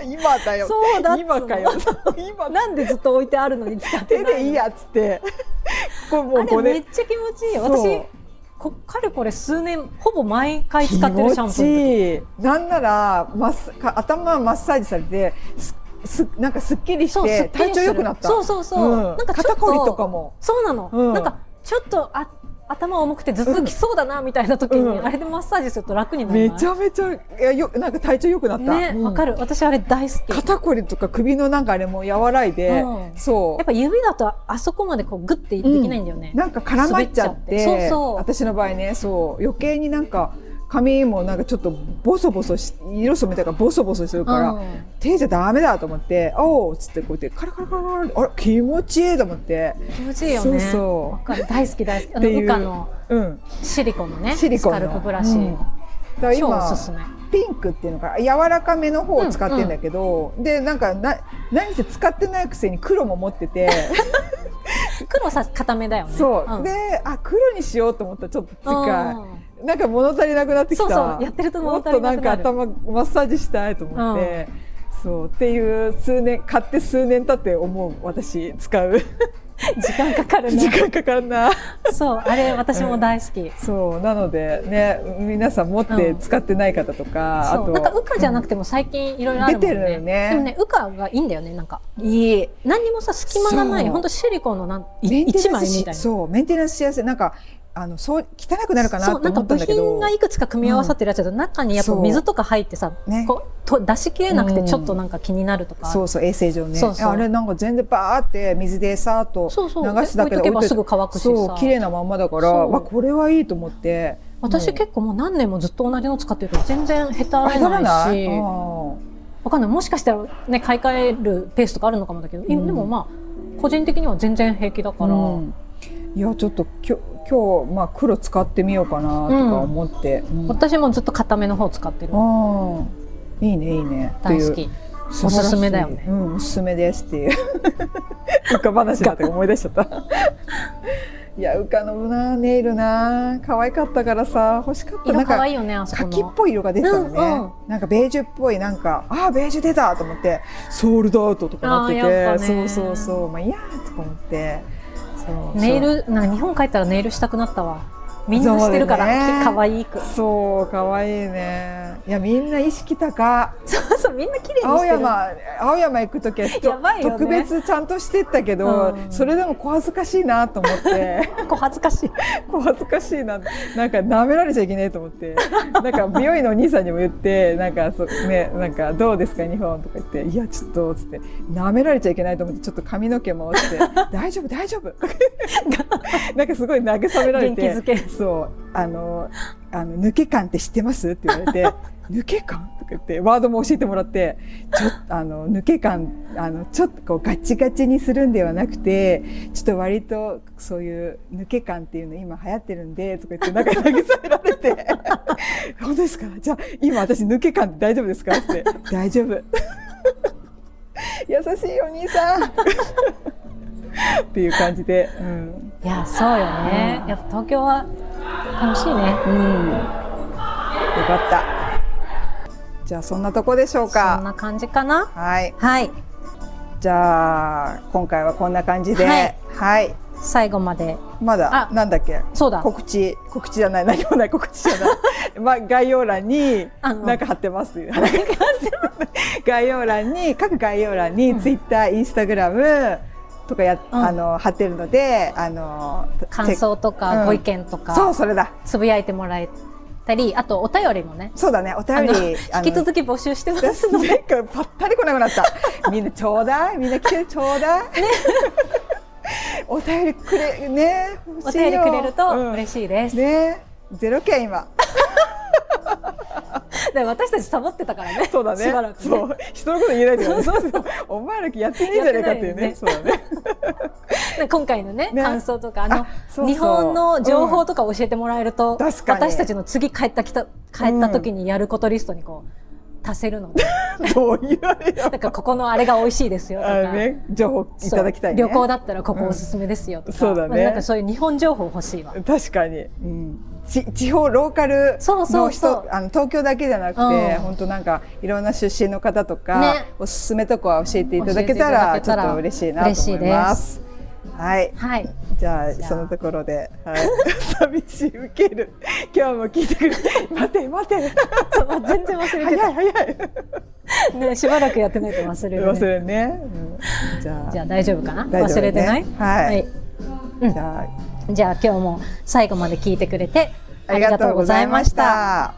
今だよ
そうだっつうの
今かよ今
なんでずっと置いてあるのに使って
手
ない
でいいやっつってこれも
あ
うこ
れめ
れ
っちゃ気持ちいいよ
そう
私こかれこれ数年ほぼ毎回使ってるシャン
気持
プー
ちいいなんならマッサか頭マッサージされてすすなんかすっきりし
そうすってきり
体調良くなった
そうそうそう、
ん
なんかちょ
肩
っ
こりと
と
かも
そうなの、
うん
なんかちょっとあ頭重くて頭痛きそうだなみたいな時に、
うん
あれでマッサージすると楽になる
めちゃめちゃいやよなんか体調良くなった、
ね
うん
わ、かる私あれ大好きや
肩こりとか首のなんかあれも和らいで、
うん
そ
っぱ指だとあそこまでこうグッてできないんだよね
う、なんか絡まっちゃって
滑っちゃってそうそう
私の場合ねそう余計になんか髪もなんかちょっとボソボソし色染めたからボソボソするから、
うん
手じゃダメだと思って「おお」っつってこうやってカラカラカラカラってあれ気持ちいいと思って
気持ちいいよね
そう
わ
そ
かる大好き大好きあ
って
の
いう
ウカの
う、うん、
シリコンのね
シリコンの
スカルプブラシ、
うんだから
超お
今
すすめ
ピンクっていうのかな柔らかめの方を使ってんだけど、でなんかな何せ使ってないくせに黒も持ってて
黒はさ固めだよね
そう、
ん
であ黒にしようと思ったらちょっと次回
うん
なんか物足りなくなってきた
そうそうやってると
も
物
っ
足
と
り
な
なんく
か
なる
頭マッサージしたいと思って、そうっていう数年買って数年経って思う私使う
時間かかる
時
ね
間かかんな。
そうあれ私も大好き、
そうなのでね皆さん持って使ってない方とか、
そう
あと
なんかウカじゃなくても最近いろいろあるもんね
出てるよね
でもねウカがいいんだよねなんかいい何にもさ隙間がない
そう
本当シリコンのなん
メ
い
ンテ
一
ナン
枚
スし
みたいな
そうメンテナンスしやすいなんかあのそう汚くなるかなと
そ
思
うなんか
った
部
んだけど
品がいくつか組み合わさってるやつだと、中にやっぱ
そう
水とか入ってさ、
ね
こうと出しきれなくてちょっとなんか気になるとか、
そうそう衛生上ね
そうそう
あれなんか全然バーって水でさーっと
そうそう
流すだけで
置いとけば
置い
すぐ乾くしさ
そう綺麗なまんまだから
そう
わこれはいいと思って
私
構
結構もう何年もずっと同じの使ってるから全然下手ら
あら
な
ないい
し
あ
わ
ー
かんないもしかしたらね買い替えるペースとかあるのかもだけど、い
うん
でもまあ個人的には全然平気だから、
うんいやちょっときょ今日まあ黒使ってみようかなとか思って、うん
私もずっと固めの方使ってる
あーいいねいいねって
大
いう
好き
素晴らしい
おすすめだよね
うん、おすすめですっていう。 うか話だって思い出しちゃっ た。いや、うかのな、ネイルな、可愛かったからさ、欲しかった。な
色
ん
可愛
か、
いよねあそこ
柿っ
の
ぽい色が出てたのね。
うんうん
なんかベージュっぽい、なんか、ああ、ベージュ出たと思って、ソールドアウトとかなって
あー
て、
やっぱ
そ
ね
うそうそう、まあ、いやーとか思って。そう
ネイルなんか日本帰ったらネイルしたくなったわみんなしてるから
そうだよね
可愛いく
そう、可愛いね。いや、みんな意識高。
そうそそうみんな綺麗にしてる
青山青山行く時はと
やばいよね
特別ちゃんとしてったけど、
うん
それでも小恥ずかしいなと思って
こう恥ずかしい
小恥ずかしいななんか舐められちゃいけねえと思ってなんか美容院のお兄さんにも言ってなんかそ、ね、なんかどうですか日本とか言っていやちょっとつって舐められちゃいけないと思ってちょっと髪の毛も落ちて大丈夫大丈夫 なんかすごい慰められ
元気
て
づけ
そうあのあの抜け感って知ってますって言われて抜け感とか言ってワードも教えてもらってちょっとあの抜け感あのちょっとこうガチガチにするんではなくてちょっと割とそういう抜け感っていうの今流行ってるんでとか言ってなんか慰められて 本当ですかじゃあ今私抜け感大丈夫ですかって大丈夫優しいお兄さんっていう感じで、うん、
いやそうよねやっぱ東京は楽しいね
うん。よかった。じゃあそんなとこでしょう
そん
か。
な感じかな
はい。
はい
じゃあ今回はこんな感じで、
は
はいい。
最後まで
まだ
あ
なんだっけ。
そうだ
告知告知じゃない何もない告知じゃ ない。まあ概要欄に
あの
なんか貼ってます。 概要欄に各概要欄に
うん
ツイッター、インスタグラムとかや、
うん
あの貼ってるのであの
感想と
う
か
ん
ご意見と
チェそう
か
それだ
つぶやいてもらえたりあとお便りもね
そうだねお便り
あの
あの
引き続き募集してま
ですす
ので
ね。なんかぱったり来なくなった。みんなちょうだい、みんな来てちょうだい。お便りくれね。
お
欲しいよ
便りくれると
うん
嬉しいです、
ね、ゼロ件今。
で私たちサボってたからね
そうだね。
しばらく、ね、
そう、人のこと言えないけどね、そうそう。お前らやってねえじゃねえかっていう
や
ね。
って
そうだね。
で今回のね
ね
感想とかあの
あそうそう
日本の情報
うん
とか教えてもらえると、
確かに
私たちの次帰ったきた帰った時にやることリストにこう足せるので、
どういうあれよ。
なんかここのあれが美味しいですよと
あ
か、
ね、情報いただきたいね。
そう旅行だったらここおすすめですよとか、
うんそうだね
まあなんかそういう日本情報欲しいわ。
確かに、うん、ち地方ローカルの人
そうそうそう
あの東京だけじゃなくて、
うん
本当なんかいろんな出身の方とか、
ね
おすすめとか教えていただけたら
教えていただけたら
ちょっと嬉しいなと思います。はい
はい、
じゃあ
じゃあ
そのところで、はい、 寂しい受ける今日も聞いてくれ待て待て
全然忘れて
早い早い
た、ね、しばらくやってないと忘れる、
忘
ね。
れるね、うん、じゃあ
じゃあ大丈夫かな、
大丈夫ね
忘れてない、
はい
うん
じゃ
じゃあ今日も最後まで聞いてくれて
あありがとうございました。